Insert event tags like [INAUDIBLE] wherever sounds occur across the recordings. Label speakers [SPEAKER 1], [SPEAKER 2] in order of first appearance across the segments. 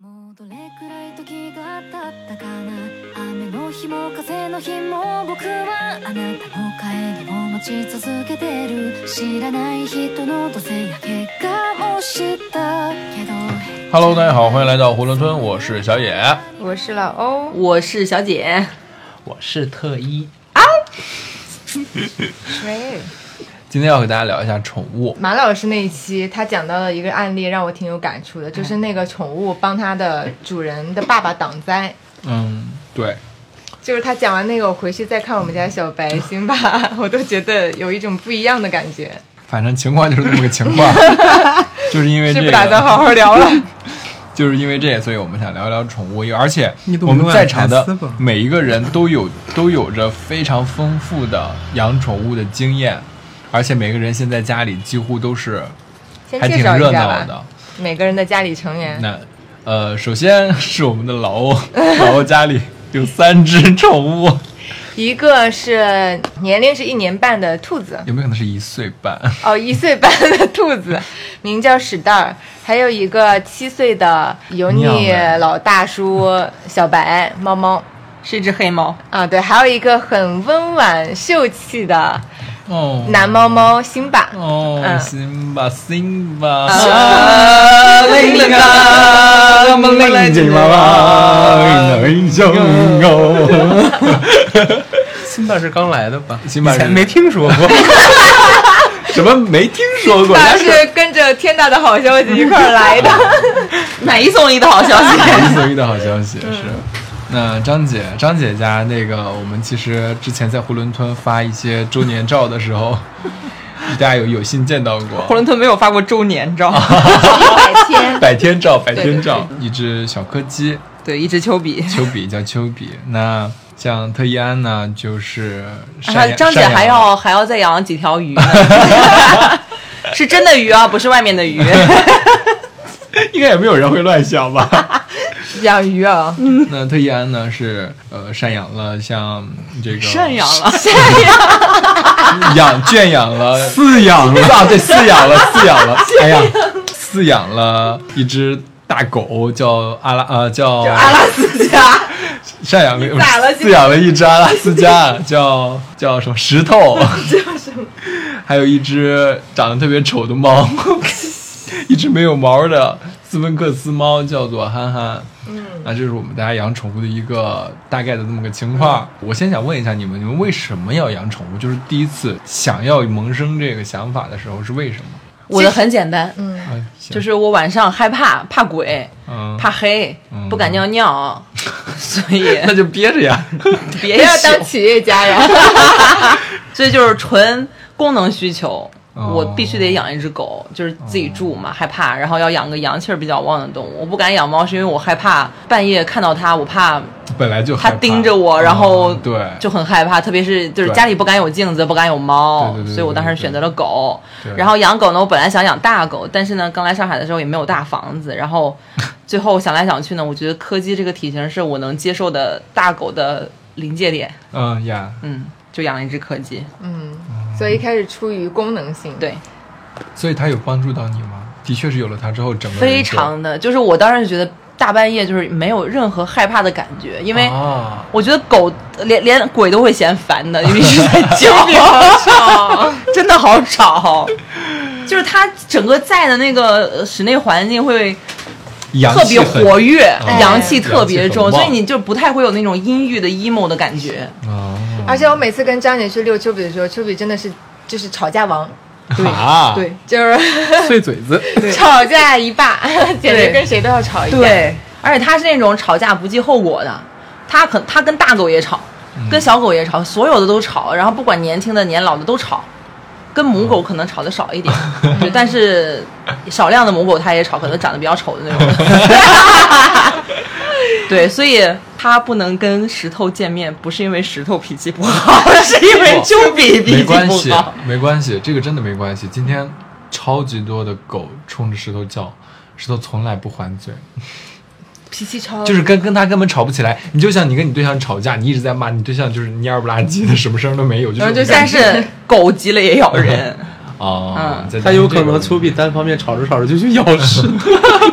[SPEAKER 1] もうどれくらい時が経ったかな雨の日も風の日も僕はあなたの帰りを待ち続けてる知らない人の土星や怪我をしたけど
[SPEAKER 2] Hello，大家好，欢迎来到囫囵吞，我是小野，
[SPEAKER 3] 我是老欧，
[SPEAKER 4] 我是小姐，
[SPEAKER 2] 我是特一。
[SPEAKER 3] 谁？
[SPEAKER 2] 今天要给大家聊一下宠物，
[SPEAKER 3] 马老师那一期他讲到了一个案例，让我挺有感触的，
[SPEAKER 2] 嗯
[SPEAKER 3] 就是那个宠物帮它的主人的爸爸挡灾。
[SPEAKER 2] 嗯，对，
[SPEAKER 3] 就是他讲完那个，我回去再看我们家小
[SPEAKER 2] [LAUGHS]
[SPEAKER 3] 白辛巴，我都觉得有一种不一样的感觉，
[SPEAKER 2] 反正情况就是这么个情况，就是因为
[SPEAKER 3] 是
[SPEAKER 2] 这
[SPEAKER 3] 不打算
[SPEAKER 2] 个，
[SPEAKER 3] 好好
[SPEAKER 2] [LAUGHS]
[SPEAKER 3] 聊了。
[SPEAKER 2] 就是因为这，所以我们想聊一聊宠物，而且
[SPEAKER 5] 你懂
[SPEAKER 2] 我们
[SPEAKER 5] 得
[SPEAKER 2] 在场的
[SPEAKER 5] 反思吧
[SPEAKER 2] 每一个人都有都有着非常丰富的养宠物的经验，而且每个人现在家里几乎都是
[SPEAKER 3] 先
[SPEAKER 2] 还
[SPEAKER 3] 介
[SPEAKER 2] 挺
[SPEAKER 3] 绍
[SPEAKER 2] 热
[SPEAKER 3] 一
[SPEAKER 2] 闹
[SPEAKER 3] 下吧，
[SPEAKER 2] 的。
[SPEAKER 3] 每个人的家里成员，
[SPEAKER 2] 那呃，首先是我们的老欧， [LAUGHS] 老欧家里有三只宠物。
[SPEAKER 3] 一个是年龄是一年半的兔子，
[SPEAKER 2] 有没有可能是一岁半？
[SPEAKER 3] 哦，一岁半的兔子，名叫史蛋儿，还有一个七岁的油腻老大叔小白猫猫
[SPEAKER 4] 是一只黑猫。
[SPEAKER 3] 啊，对，还有一个很温婉秀气的
[SPEAKER 2] 哦
[SPEAKER 3] 男猫猫辛巴。
[SPEAKER 2] 哦，
[SPEAKER 3] 嗯
[SPEAKER 2] 辛巴辛巴，
[SPEAKER 4] 啊，累了啦，我们累
[SPEAKER 2] 紧了
[SPEAKER 4] 了
[SPEAKER 2] 吧？
[SPEAKER 5] 辛巴是刚来的吧？
[SPEAKER 2] 辛巴
[SPEAKER 5] 以
[SPEAKER 2] 是
[SPEAKER 5] 前没听说过，
[SPEAKER 2] 什么没听说过？
[SPEAKER 3] 他是跟着天大的好消息一块儿来的，
[SPEAKER 4] 买一送一的好消 [LAUGHS] 息。
[SPEAKER 2] 一所一的好消息是。那张姐，张姐家那个，我们其实之前在囫囵吞发一些周年照的时候，大家有有幸见到
[SPEAKER 4] 囫
[SPEAKER 2] 过
[SPEAKER 4] 囵吞没有发过周年照，
[SPEAKER 3] 白天
[SPEAKER 2] 百天照，百天照，一只小柯基，
[SPEAKER 4] [LAUGHS] 对，一只丘比。
[SPEAKER 2] 丘比叫丘比。那像特伊安呢，就是赡
[SPEAKER 4] 还
[SPEAKER 2] 养
[SPEAKER 4] 啊张姐
[SPEAKER 2] 赡养
[SPEAKER 4] 还要还要再养几条鱼呢， [LAUGHS] 是真的鱼啊，不是外面
[SPEAKER 2] [LAUGHS]
[SPEAKER 4] 的鱼。
[SPEAKER 2] [LAUGHS]
[SPEAKER 4] [LAUGHS]
[SPEAKER 2] 应该也没有人会乱想吧？ [LAUGHS]
[SPEAKER 3] 养鱼 [LAUGHS] 啊，
[SPEAKER 2] 那特一安呢是呃赡养了像这个
[SPEAKER 4] 赡养了，
[SPEAKER 2] 养圈养了
[SPEAKER 5] 饲养了。
[SPEAKER 2] 啊对饲养了饲养了哎呀饲养了一只大狗叫阿拉呃叫
[SPEAKER 3] 阿拉斯加，
[SPEAKER 2] [LAUGHS] 赡养了
[SPEAKER 3] 咋了
[SPEAKER 2] 饲养了一只阿拉斯
[SPEAKER 4] [LAUGHS]
[SPEAKER 2] 加叫叫什么石头叫什么还有一只长得特别丑的猫 [LAUGHS] 一只没有毛的斯芬克斯猫叫做憨憨。嗯，那这是我们大家养宠物的一个大概的这么个情况。
[SPEAKER 4] 嗯
[SPEAKER 2] 我先想问一下你们，你们为什么要养宠物？就是第一次想要萌生这个想法的时候是为什么？
[SPEAKER 4] 我的很简单，
[SPEAKER 2] 哎，行
[SPEAKER 4] 嗯就是我晚上害怕，怕鬼，
[SPEAKER 2] 嗯，
[SPEAKER 4] 怕黑
[SPEAKER 2] 嗯，
[SPEAKER 4] 不敢
[SPEAKER 2] [LAUGHS]
[SPEAKER 4] 尿尿，所以
[SPEAKER 2] 那就憋着呀。 [LAUGHS]
[SPEAKER 4] 别
[SPEAKER 3] 不要
[SPEAKER 4] 想
[SPEAKER 3] 当企业家呀，
[SPEAKER 4] 所以就是纯功能需求。
[SPEAKER 2] 哦
[SPEAKER 4] 我必须得养一只狗，就是自己住嘛，害怕，然后要养个阳气儿比较旺的动物。我不敢养猫，是因为我害怕半夜看到它，我怕
[SPEAKER 2] 本来就
[SPEAKER 4] 它
[SPEAKER 2] 害怕
[SPEAKER 4] 盯着我，然后
[SPEAKER 2] 嗯对，
[SPEAKER 4] 就很害怕。特别是就是
[SPEAKER 2] 对
[SPEAKER 4] 家里不敢有镜子，不敢有猫
[SPEAKER 2] 对对对，对
[SPEAKER 4] 所以我当时
[SPEAKER 2] 对对
[SPEAKER 4] 选择了狗
[SPEAKER 2] 对。
[SPEAKER 4] 然后养狗呢，我本来想养大狗，但是呢，刚来上海的时候也没有大房子，然后最后想来想去呢，我觉得柯基这个体型是我能接受的大狗的临界点，
[SPEAKER 2] 嗯呀，
[SPEAKER 4] 嗯，就养了一只柯基，
[SPEAKER 3] 嗯所以一开始出于功能性，
[SPEAKER 4] 对。
[SPEAKER 2] 所以它有帮助到你吗？的确是有了它之后，整个人
[SPEAKER 4] 非
[SPEAKER 2] 就
[SPEAKER 4] 常的，就是我当时觉得大半夜就是没有任何害怕的感觉，因为
[SPEAKER 2] 啊，
[SPEAKER 4] 我觉得狗连连鬼都会嫌烦的，因为一直在叫， [LAUGHS] 真的好吵。就是它整个在的那个呃室内环境会
[SPEAKER 2] 阳
[SPEAKER 4] 特
[SPEAKER 2] 气
[SPEAKER 4] 别
[SPEAKER 2] 很
[SPEAKER 4] 活跃，
[SPEAKER 2] 哎
[SPEAKER 4] 阳气特别重，
[SPEAKER 2] 阳气很旺
[SPEAKER 4] 所以你就不太会有那种阴郁的 emo 的感觉。
[SPEAKER 2] 哦
[SPEAKER 3] 而且我每次跟张姐去遛丘比的时候，丘比真的是就是吵架王，
[SPEAKER 2] 啊，
[SPEAKER 4] 对
[SPEAKER 3] 就是。
[SPEAKER 5] 碎嘴子，
[SPEAKER 4] [LAUGHS]
[SPEAKER 3] 吵架一 [LAUGHS] 霸，简直跟谁都要吵一架。，
[SPEAKER 4] 对，而且它是那种吵架不计后果的，它可它跟大狗也吵，
[SPEAKER 2] 嗯
[SPEAKER 4] 跟小狗也吵，所有的都吵，然后不管年轻的年老的都吵。跟母狗可能吵得少
[SPEAKER 2] [LAUGHS]
[SPEAKER 4] 一点，对，但是少量的母狗它也吵，可能长得比较丑的那种。
[SPEAKER 2] [LAUGHS]
[SPEAKER 4] 对，所以它不能跟石头见面，不是因为石头脾气不好，是因为丘比脾
[SPEAKER 2] [LAUGHS] 没
[SPEAKER 4] 气
[SPEAKER 2] 关系
[SPEAKER 4] 不好。，
[SPEAKER 2] 没关系，这个真的没关系。今天超级多的狗冲着石头叫，石头从来不还嘴，
[SPEAKER 4] 嗯
[SPEAKER 3] 脾气超
[SPEAKER 2] 就是跟跟他根本吵不起来。你就像你跟你对象吵架，你一直在骂你对象，就是蔫不拉几的，什么声都没有，就是
[SPEAKER 3] 然后就
[SPEAKER 2] 感
[SPEAKER 4] 但
[SPEAKER 2] 觉
[SPEAKER 4] 嗯是狗急了也咬人，
[SPEAKER 2] 哦
[SPEAKER 4] 嗯，
[SPEAKER 2] 在
[SPEAKER 5] 他有可
[SPEAKER 2] 这
[SPEAKER 5] 能
[SPEAKER 2] 个 [LAUGHS]
[SPEAKER 5] 丘比单方面吵着吵着就去咬石，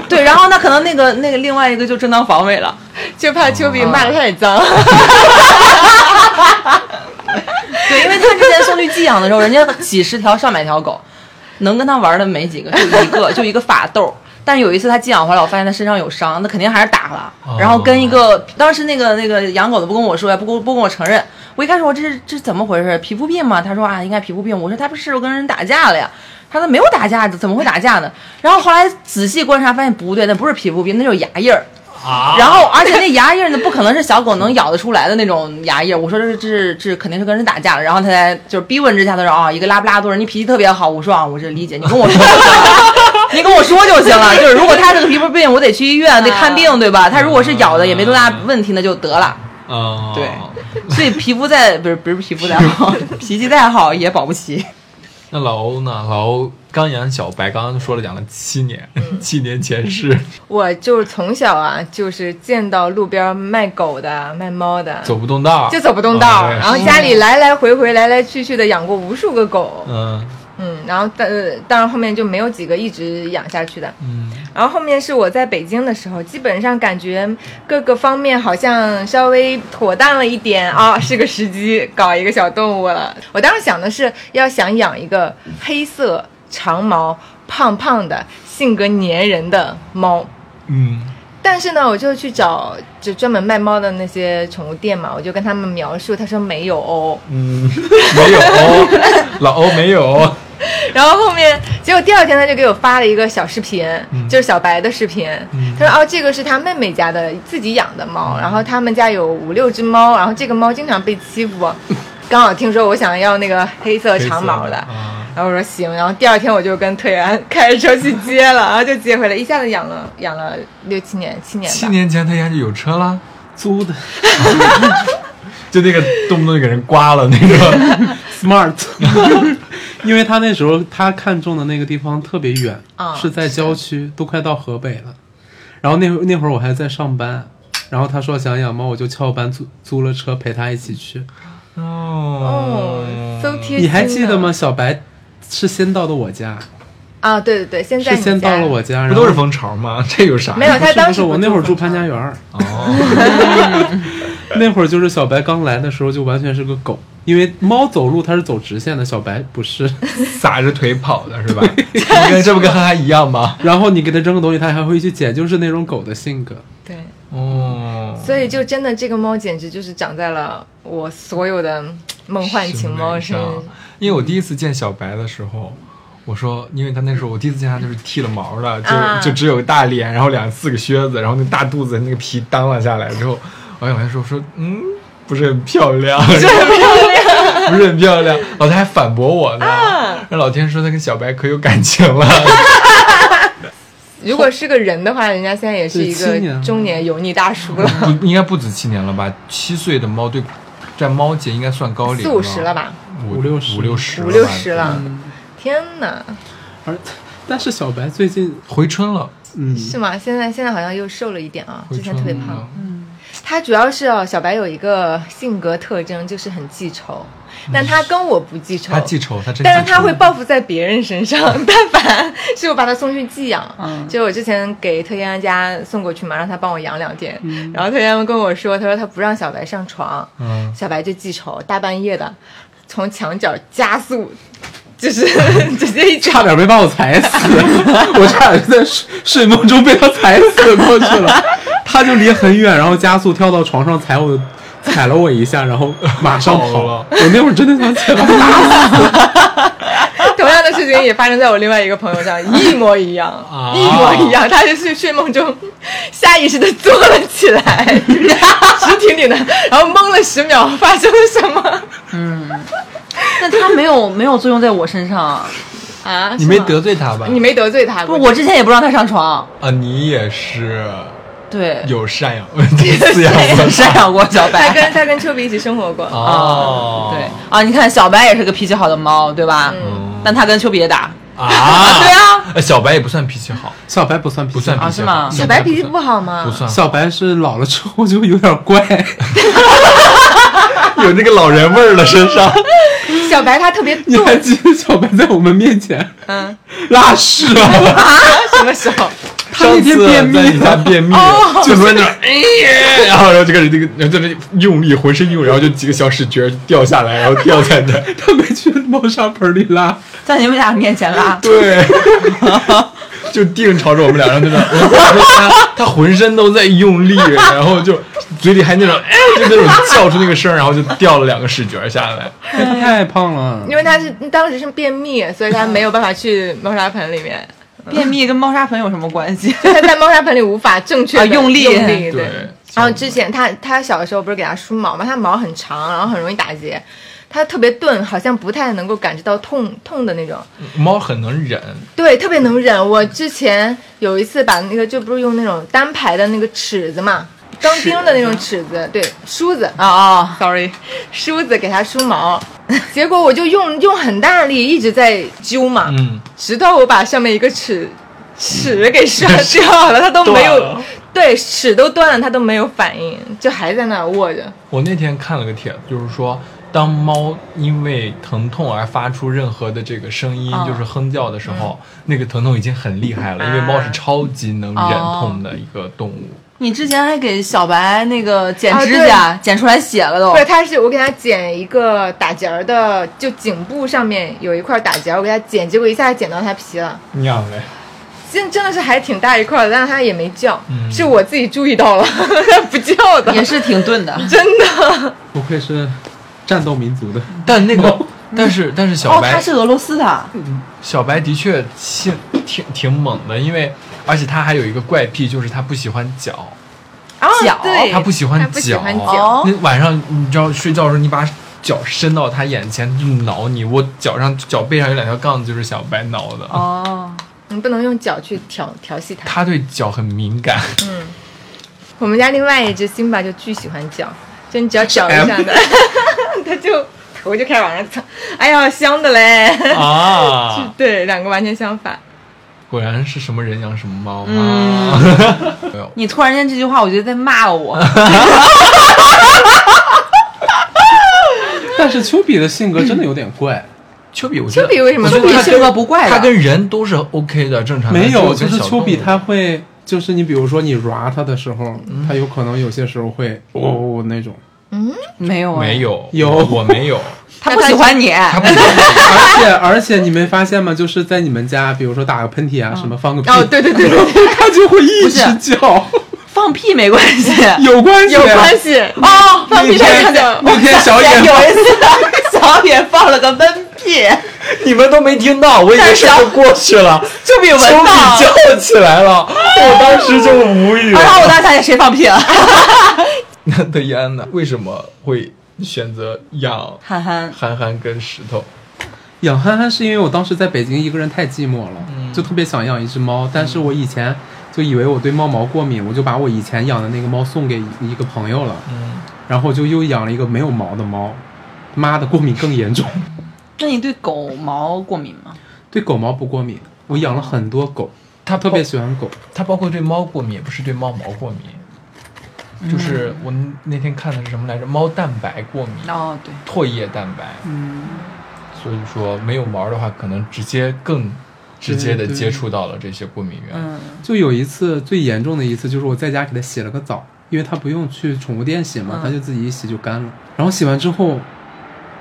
[SPEAKER 4] 对，然后那可能那个那个另外一个就正当防卫了，
[SPEAKER 3] 就怕丘
[SPEAKER 4] 嗯
[SPEAKER 3] 比骂的太脏。
[SPEAKER 4] [LAUGHS] 对，因为他之前送去寄养的时候，人家几十条、上百条狗，能跟他玩的没几个，就一个，就一个法斗。但是有一次他寄养回来，我发现他身上有伤，那肯定还是打了。然后跟一个当时那个那个养狗的不跟我说呀，不跟不跟我承认。我一开始我这是这是怎么回事？皮肤病吗？他说啊，应该皮肤病。我说他不是我跟人打架了呀。他说没有打架，怎么会打架呢？然后后来仔细观察发现不对，那不是皮肤病，那就是牙印儿。
[SPEAKER 2] 啊
[SPEAKER 4] 然后，而且那牙印儿呢，不可能是小狗能咬得出来的那种牙印儿。我说这是这是这肯定是跟人打架了。然后他才就是逼问之下，他说啊，一个拉布拉多人，你脾气特别好。我说啊，我这理解，你跟我说就行了，你跟我说 [LAUGHS] 就行了。就是如果他这个皮肤病，我得去医院，得看病，对吧？他如果是咬的，也没多大问题，那就得了。
[SPEAKER 2] 啊，
[SPEAKER 4] 对，所以皮肤再不是不是皮肤再好， [LAUGHS] 脾气再好也保不齐。
[SPEAKER 2] 那老欧呢？老欧刚养小白，刚刚说了养了七年，
[SPEAKER 3] 嗯
[SPEAKER 2] [LAUGHS] 七年前世
[SPEAKER 3] 我就是从小啊，就是见到路边卖狗的、卖猫的，
[SPEAKER 2] 走不动道儿，
[SPEAKER 3] [LAUGHS] 就走不动道
[SPEAKER 2] 啊
[SPEAKER 3] 儿，然后家里来来回回、来来去去的养过无数个狗，
[SPEAKER 2] 嗯
[SPEAKER 3] 嗯，然后但呃当然后面就没有几个一直养下去的。
[SPEAKER 2] 嗯，
[SPEAKER 3] 然后后面是我在北京的时候，基本上感觉各个方面好像稍微妥当了一点啊、是个时机搞一个小动物了。我当时想的是要想养一个黑色、长毛、胖胖的、性格粘人的猫。
[SPEAKER 2] 嗯
[SPEAKER 3] 但是呢，我就去找就专门卖猫的那些宠物店嘛，我就跟他们描述，他说没有哦。
[SPEAKER 2] 嗯，没有哦，老欧没有哦，
[SPEAKER 3] 然后后面，结果第二天他就给我发了一个小视频，就是小白的视频。
[SPEAKER 2] 嗯
[SPEAKER 3] 他说：“哦，这个是他妹妹家的自己养的猫，
[SPEAKER 5] 嗯
[SPEAKER 3] 然后他们家有五六只猫，然后这个猫经常被欺
[SPEAKER 5] [LAUGHS]
[SPEAKER 3] 负。刚好听说我想要那个黑色 [LAUGHS] 长毛的，嗯
[SPEAKER 2] 啊，
[SPEAKER 3] 然后我说行。然后第二天我就跟特然开着车去接了，然后就接回来，一下子养了养了六七年，七年吧。
[SPEAKER 2] 七年前他家就有车啦，
[SPEAKER 5] 租的
[SPEAKER 2] 就那个动不动就给人刮了那
[SPEAKER 3] [LAUGHS]
[SPEAKER 2] 个， [LAUGHS]
[SPEAKER 5] smart，因为他那时候他看中的那个地方特别远，
[SPEAKER 3] 啊
[SPEAKER 5] 是在郊区，都快到河北了。然后那会那会儿我还在上班，然后他说想养猫，我就翘班租租了车陪他一起去。
[SPEAKER 2] 哦
[SPEAKER 3] 哦，so 贴心啊。
[SPEAKER 5] 你还记得吗？小白是先到的我家，
[SPEAKER 3] 啊，对对对，现在
[SPEAKER 5] 是
[SPEAKER 3] 你
[SPEAKER 5] 先
[SPEAKER 3] 家
[SPEAKER 5] 到了我家，
[SPEAKER 2] 不
[SPEAKER 5] 然后
[SPEAKER 2] 都是蜂巢吗？这有啥？
[SPEAKER 3] 没有，
[SPEAKER 5] 不
[SPEAKER 3] 他
[SPEAKER 5] 是
[SPEAKER 3] 当
[SPEAKER 5] 不
[SPEAKER 3] 时
[SPEAKER 5] 是我
[SPEAKER 3] 不
[SPEAKER 5] 那会儿住
[SPEAKER 3] 住
[SPEAKER 5] 潘家
[SPEAKER 2] [LAUGHS]
[SPEAKER 5] 园儿，
[SPEAKER 2] 哦，
[SPEAKER 5] 那会儿就是小白刚来的时候就完全是个狗，因为猫走路它是走直线的，小白不是。
[SPEAKER 2] 撒着腿跑的
[SPEAKER 3] [LAUGHS]
[SPEAKER 2] 是吧？你看这不跟憨憨一样吗？ [LAUGHS]
[SPEAKER 5] 然后你给它扔个东西，它还会去捡，就是那种狗的性格。
[SPEAKER 3] 对。
[SPEAKER 2] 哦，
[SPEAKER 3] 所以就真的这个猫简直就是长在了我所有的嗯梦幻情猫身
[SPEAKER 2] 上
[SPEAKER 3] 上。
[SPEAKER 2] 因为我第一次见小白的时候，我说，因为他那时候我第一次见他就是剃了毛的，就、
[SPEAKER 3] 啊
[SPEAKER 2] 就只有个大脸，然后两四个靴子，然后那大肚子那个皮当了下来之后，我跟老师说，我说嗯。不是很漂亮，不是很漂亮，不是很漂亮。老太还反驳我呢，
[SPEAKER 3] 啊
[SPEAKER 2] 那、老天说他跟小白可有感情了， [LAUGHS]
[SPEAKER 3] 如果是个人的话，人家现在也是一个
[SPEAKER 5] 对七年了
[SPEAKER 3] 中年油腻大叔了，
[SPEAKER 2] 不应该不止七年了吧？七岁的猫对，在猫界应该算高龄，
[SPEAKER 3] 四五十了？吧，嗯
[SPEAKER 2] 五
[SPEAKER 5] 五六十
[SPEAKER 2] 五六十，
[SPEAKER 3] 五六十，了。天哪，
[SPEAKER 5] 而但是小白最近，
[SPEAKER 2] 回春了，
[SPEAKER 5] 嗯，
[SPEAKER 3] 是吗？现在现在好像又瘦了一点啊，
[SPEAKER 2] 回
[SPEAKER 3] 之前
[SPEAKER 2] 春
[SPEAKER 3] 特别
[SPEAKER 2] 了
[SPEAKER 3] 胖。他主要是哦，小白有一个性格特征，就是很记仇，但他跟我不记仇，
[SPEAKER 2] 他记仇，他真
[SPEAKER 3] 但是
[SPEAKER 2] 记
[SPEAKER 3] 他
[SPEAKER 2] 仇
[SPEAKER 3] 会报复在别人
[SPEAKER 2] [LAUGHS]
[SPEAKER 3] 身上。但凡是我把他送去寄养，
[SPEAKER 4] 嗯
[SPEAKER 3] 就我之前给特燕家送过去嘛，让他帮我养两天。然后特燕跟我说，他说他不让小白上床，
[SPEAKER 2] 嗯
[SPEAKER 3] 小白就记仇，大半夜的从墙角加速，就是 [LAUGHS] 直接一脚
[SPEAKER 5] 差点没把我
[SPEAKER 2] [LAUGHS]
[SPEAKER 5] 踩死，我差点在睡睡梦中被他踩死过去了。他就离很远，然后加速跳到床上踩我的，踩了我一下，然后
[SPEAKER 2] [LAUGHS]
[SPEAKER 5] 马上
[SPEAKER 2] 跑
[SPEAKER 5] 跑
[SPEAKER 2] 了
[SPEAKER 5] 我那会儿真的想起
[SPEAKER 2] [LAUGHS]
[SPEAKER 5] 来了，
[SPEAKER 3] 同样的事情也发生在我另外一个朋友上，一模一样，
[SPEAKER 2] 啊
[SPEAKER 3] 一模一样。他就是睡梦中下意识的坐了起
[SPEAKER 2] [LAUGHS]
[SPEAKER 3] 来，直挺挺的，然后懵了十秒，发生了什么
[SPEAKER 4] 但他没有没有作用在我身上啊，
[SPEAKER 3] 啊？
[SPEAKER 2] 你
[SPEAKER 3] 是
[SPEAKER 2] 没
[SPEAKER 3] 吗
[SPEAKER 2] 得罪他吧？
[SPEAKER 3] 你没得罪他，
[SPEAKER 4] 不，我之前也不让他上床。
[SPEAKER 3] [LAUGHS]
[SPEAKER 2] 啊，你也是 [LAUGHS]
[SPEAKER 4] 对，
[SPEAKER 2] 有赡养饲养
[SPEAKER 3] [LAUGHS]
[SPEAKER 4] 也
[SPEAKER 2] 过
[SPEAKER 4] [LAUGHS] 赡养过小
[SPEAKER 3] 他
[SPEAKER 4] 白。
[SPEAKER 3] 跟他跟丘比一起生活过，
[SPEAKER 2] 哦，
[SPEAKER 4] 对啊，你看小白也是个脾气好的猫，对吧？
[SPEAKER 2] 嗯
[SPEAKER 4] 但他跟丘比也打，
[SPEAKER 2] 啊，
[SPEAKER 4] 对啊
[SPEAKER 2] 呃，小白也不算脾气好，
[SPEAKER 5] 小白不算脾气
[SPEAKER 2] 不算啊
[SPEAKER 5] 好
[SPEAKER 2] 脾
[SPEAKER 4] 啊
[SPEAKER 2] 气
[SPEAKER 4] 是
[SPEAKER 2] 好，
[SPEAKER 4] 吗
[SPEAKER 3] [LAUGHS] 小白脾气不好吗？
[SPEAKER 2] 不算，
[SPEAKER 5] 小白是老了之后就有点怪，
[SPEAKER 2] 有那个老人味儿了身
[SPEAKER 3] [LAUGHS]
[SPEAKER 2] 上，
[SPEAKER 3] 小白他特别
[SPEAKER 5] 你
[SPEAKER 3] 逗，
[SPEAKER 5] 还记得小白在我们面前
[SPEAKER 3] 嗯，
[SPEAKER 2] 啊
[SPEAKER 5] 拉屎吗？
[SPEAKER 3] 什么时候？
[SPEAKER 2] 上次在
[SPEAKER 5] [LAUGHS]
[SPEAKER 2] 你家便秘，
[SPEAKER 3] 哦
[SPEAKER 2] 就突然就哎呀，然后然后就开始这个，然后在那里用力，浑身用力，然后就几个小屎角儿掉下来，然后掉在那儿。
[SPEAKER 5] 他没去猫砂盆里拉，
[SPEAKER 4] 在你们俩面前啊拉，
[SPEAKER 2] 对， [LAUGHS] 就定朝着我们俩，然后那种，他他浑身都在用力，然后就嘴里还那种， [LAUGHS] 哎，就那种叫出那个声儿，然后就掉了两个屎角儿下来。
[SPEAKER 5] 太胖了。
[SPEAKER 3] 因为他是当时是便秘，所以他没有办法去猫砂盆里面，
[SPEAKER 4] [LAUGHS] 便秘跟猫砂盆有什么关系？
[SPEAKER 3] 就他在猫砂盆里无法正确 [LAUGHS]
[SPEAKER 4] 啊
[SPEAKER 3] 的
[SPEAKER 4] 用力
[SPEAKER 3] 用力
[SPEAKER 2] 对
[SPEAKER 3] 对。，然后之前他他小的时候不是给他梳毛嘛，他毛很长，然后很容易打结，他特别钝，好像不太能够感知到痛痛的那种。
[SPEAKER 2] 嗯猫很能忍，
[SPEAKER 3] 对，特别能忍。我之前有一次把那个，就不是用那种单排的那个尺子嘛，钢钉的那种尺子，对，梳子
[SPEAKER 4] [LAUGHS] 啊啊，
[SPEAKER 3] ，sorry，梳 [LAUGHS] 子给它梳毛，结果我就用用很大力一直在揪嘛，
[SPEAKER 2] 嗯，
[SPEAKER 3] 直到我把上面一个齿齿
[SPEAKER 2] [LAUGHS]
[SPEAKER 3] 给刷掉了，它都没
[SPEAKER 2] 断
[SPEAKER 3] 有
[SPEAKER 2] 了，
[SPEAKER 3] 对，齿都断了，它都没有反应，就还在那儿握着。
[SPEAKER 2] 我那天看了个帖子，就是说，当猫因为疼痛而发出任何的这个声音，
[SPEAKER 4] 啊嗯
[SPEAKER 2] 就是哼叫的时候，那个疼痛已经很厉害了，因为
[SPEAKER 4] 啊
[SPEAKER 2] 猫是超级能忍痛的一个动物。
[SPEAKER 4] 你之前还给小白那个剪
[SPEAKER 3] 啊
[SPEAKER 4] 指甲，剪出来血了都 [LAUGHS]
[SPEAKER 3] 不。是，它是我给它剪一个打结儿的，就颈部上面有一块打结儿，我给它剪，结果一下剪到它皮了。
[SPEAKER 2] 娘嘞！
[SPEAKER 3] 真真的是还挺大一块的，但是它也没叫，
[SPEAKER 2] 嗯
[SPEAKER 3] 是我自己注意到了， [LAUGHS] 它不叫的，
[SPEAKER 4] 也是挺钝的，
[SPEAKER 3] 真的。
[SPEAKER 5] 不愧是战斗民族的，
[SPEAKER 2] 但那个，但是但是小
[SPEAKER 4] 哦，
[SPEAKER 2] 白、
[SPEAKER 4] 他是俄罗斯的，
[SPEAKER 2] 小白的确性挺挺猛的，因为而且它还有一个怪癖，就是它不喜欢脚。
[SPEAKER 3] 啊
[SPEAKER 4] 脚
[SPEAKER 3] 对，
[SPEAKER 2] 它不喜欢
[SPEAKER 3] 它不喜
[SPEAKER 2] 脚
[SPEAKER 3] 欢
[SPEAKER 4] 哦
[SPEAKER 2] 那晚上你知道睡觉的时候，你把脚伸到它眼前它就挠你，我脚上脚背上有两条杠子，就是小白挠的。
[SPEAKER 4] 哦，
[SPEAKER 3] 你不能用脚去调调戏它。
[SPEAKER 2] 他对脚很敏感，
[SPEAKER 3] 我们家另外一只辛巴就巨喜欢脚，就你只要找一下它， [LAUGHS] 它就头就开始往上蹭，哎呀，香的嘞。
[SPEAKER 2] 啊，
[SPEAKER 3] [LAUGHS] 对，两个完全相反。
[SPEAKER 2] 果然是什么人养什么猫
[SPEAKER 4] 嗯
[SPEAKER 2] 啊！没有
[SPEAKER 4] 你突然间这句话，我觉得在骂 [LAUGHS] 我。
[SPEAKER 5] 但是丘比的性格真的有点怪，
[SPEAKER 2] 丘比，我觉得
[SPEAKER 3] 丘比为什么
[SPEAKER 2] 我觉得
[SPEAKER 3] 丘比
[SPEAKER 2] 他
[SPEAKER 4] 性格不怪的
[SPEAKER 2] 他跟人都是 OK 的，正
[SPEAKER 3] 嗯
[SPEAKER 2] 常的
[SPEAKER 5] 没有，
[SPEAKER 2] 只
[SPEAKER 5] 就
[SPEAKER 2] 跟
[SPEAKER 5] 是
[SPEAKER 2] 小
[SPEAKER 5] 丘比
[SPEAKER 2] 动物
[SPEAKER 5] 他会，就是你比如说你 ra 他的时候，
[SPEAKER 3] 嗯
[SPEAKER 5] 他有可能有些时候会哦哦那种，
[SPEAKER 4] 没有、啊，
[SPEAKER 2] 没，有
[SPEAKER 5] 有
[SPEAKER 2] 我没
[SPEAKER 5] [LAUGHS]
[SPEAKER 2] 有，
[SPEAKER 4] 他不喜欢你。
[SPEAKER 2] 他不喜欢
[SPEAKER 3] [LAUGHS]
[SPEAKER 5] 而且而且你没发现吗？就是在你们家，比如说打个喷嚏啊，什么放个屁，
[SPEAKER 3] 哦，对对
[SPEAKER 5] [LAUGHS]
[SPEAKER 3] 对，
[SPEAKER 5] 他就会一直叫，
[SPEAKER 4] 放屁没关 [LAUGHS] 系。
[SPEAKER 5] 有关系，啊
[SPEAKER 3] 有关。系。
[SPEAKER 4] 哦，放屁没关
[SPEAKER 5] 那天
[SPEAKER 4] 系。
[SPEAKER 5] 那天小
[SPEAKER 4] 有
[SPEAKER 5] 野
[SPEAKER 4] 一次， [LAUGHS] 小野放了个闷 [LAUGHS] 屁，
[SPEAKER 2] [LAUGHS] 你们都没听到，我以为是
[SPEAKER 4] 但是
[SPEAKER 2] 就过去了，
[SPEAKER 4] 就被
[SPEAKER 2] 丘
[SPEAKER 4] 闻到
[SPEAKER 2] 比。叫起来了，我当时就无语
[SPEAKER 4] 然啊后我
[SPEAKER 2] 了。 [LAUGHS]
[SPEAKER 4] 当时想谁放屁了？
[SPEAKER 2] 那对燕安呢？为什么会选择养
[SPEAKER 4] 憨憨，
[SPEAKER 2] 憨憨跟石头？
[SPEAKER 5] 养憨憨是因为我当时在北京一个人太寂寞了，就特别想养一只猫，但是我以前就以为我对猫毛过敏，我就把我以前养的那个猫送给一个朋友了，
[SPEAKER 2] 嗯，
[SPEAKER 5] 然后就又养了一个没有毛的猫，妈的过敏更严重， [LAUGHS]
[SPEAKER 4] 那你对狗毛过敏吗？
[SPEAKER 5] 对狗毛不过敏，我养了很多狗，
[SPEAKER 2] 他
[SPEAKER 5] 特别喜欢狗，
[SPEAKER 2] 它包括对猫过敏，也不是对猫毛过敏，就是我那天看的是什么来着？猫蛋白过敏，
[SPEAKER 4] 哦，对，
[SPEAKER 2] 唾液蛋白。
[SPEAKER 4] 嗯，
[SPEAKER 2] 所以说没有毛的话，可能直接更直接的
[SPEAKER 5] 对对
[SPEAKER 2] 接触到了这些过敏源。
[SPEAKER 4] 嗯，
[SPEAKER 5] 就有一次最严重的一次，就是我在家给它洗了个澡，因为它不用去宠物店洗嘛
[SPEAKER 4] 嗯，
[SPEAKER 5] 它就自己一洗就干了。然后洗完之后，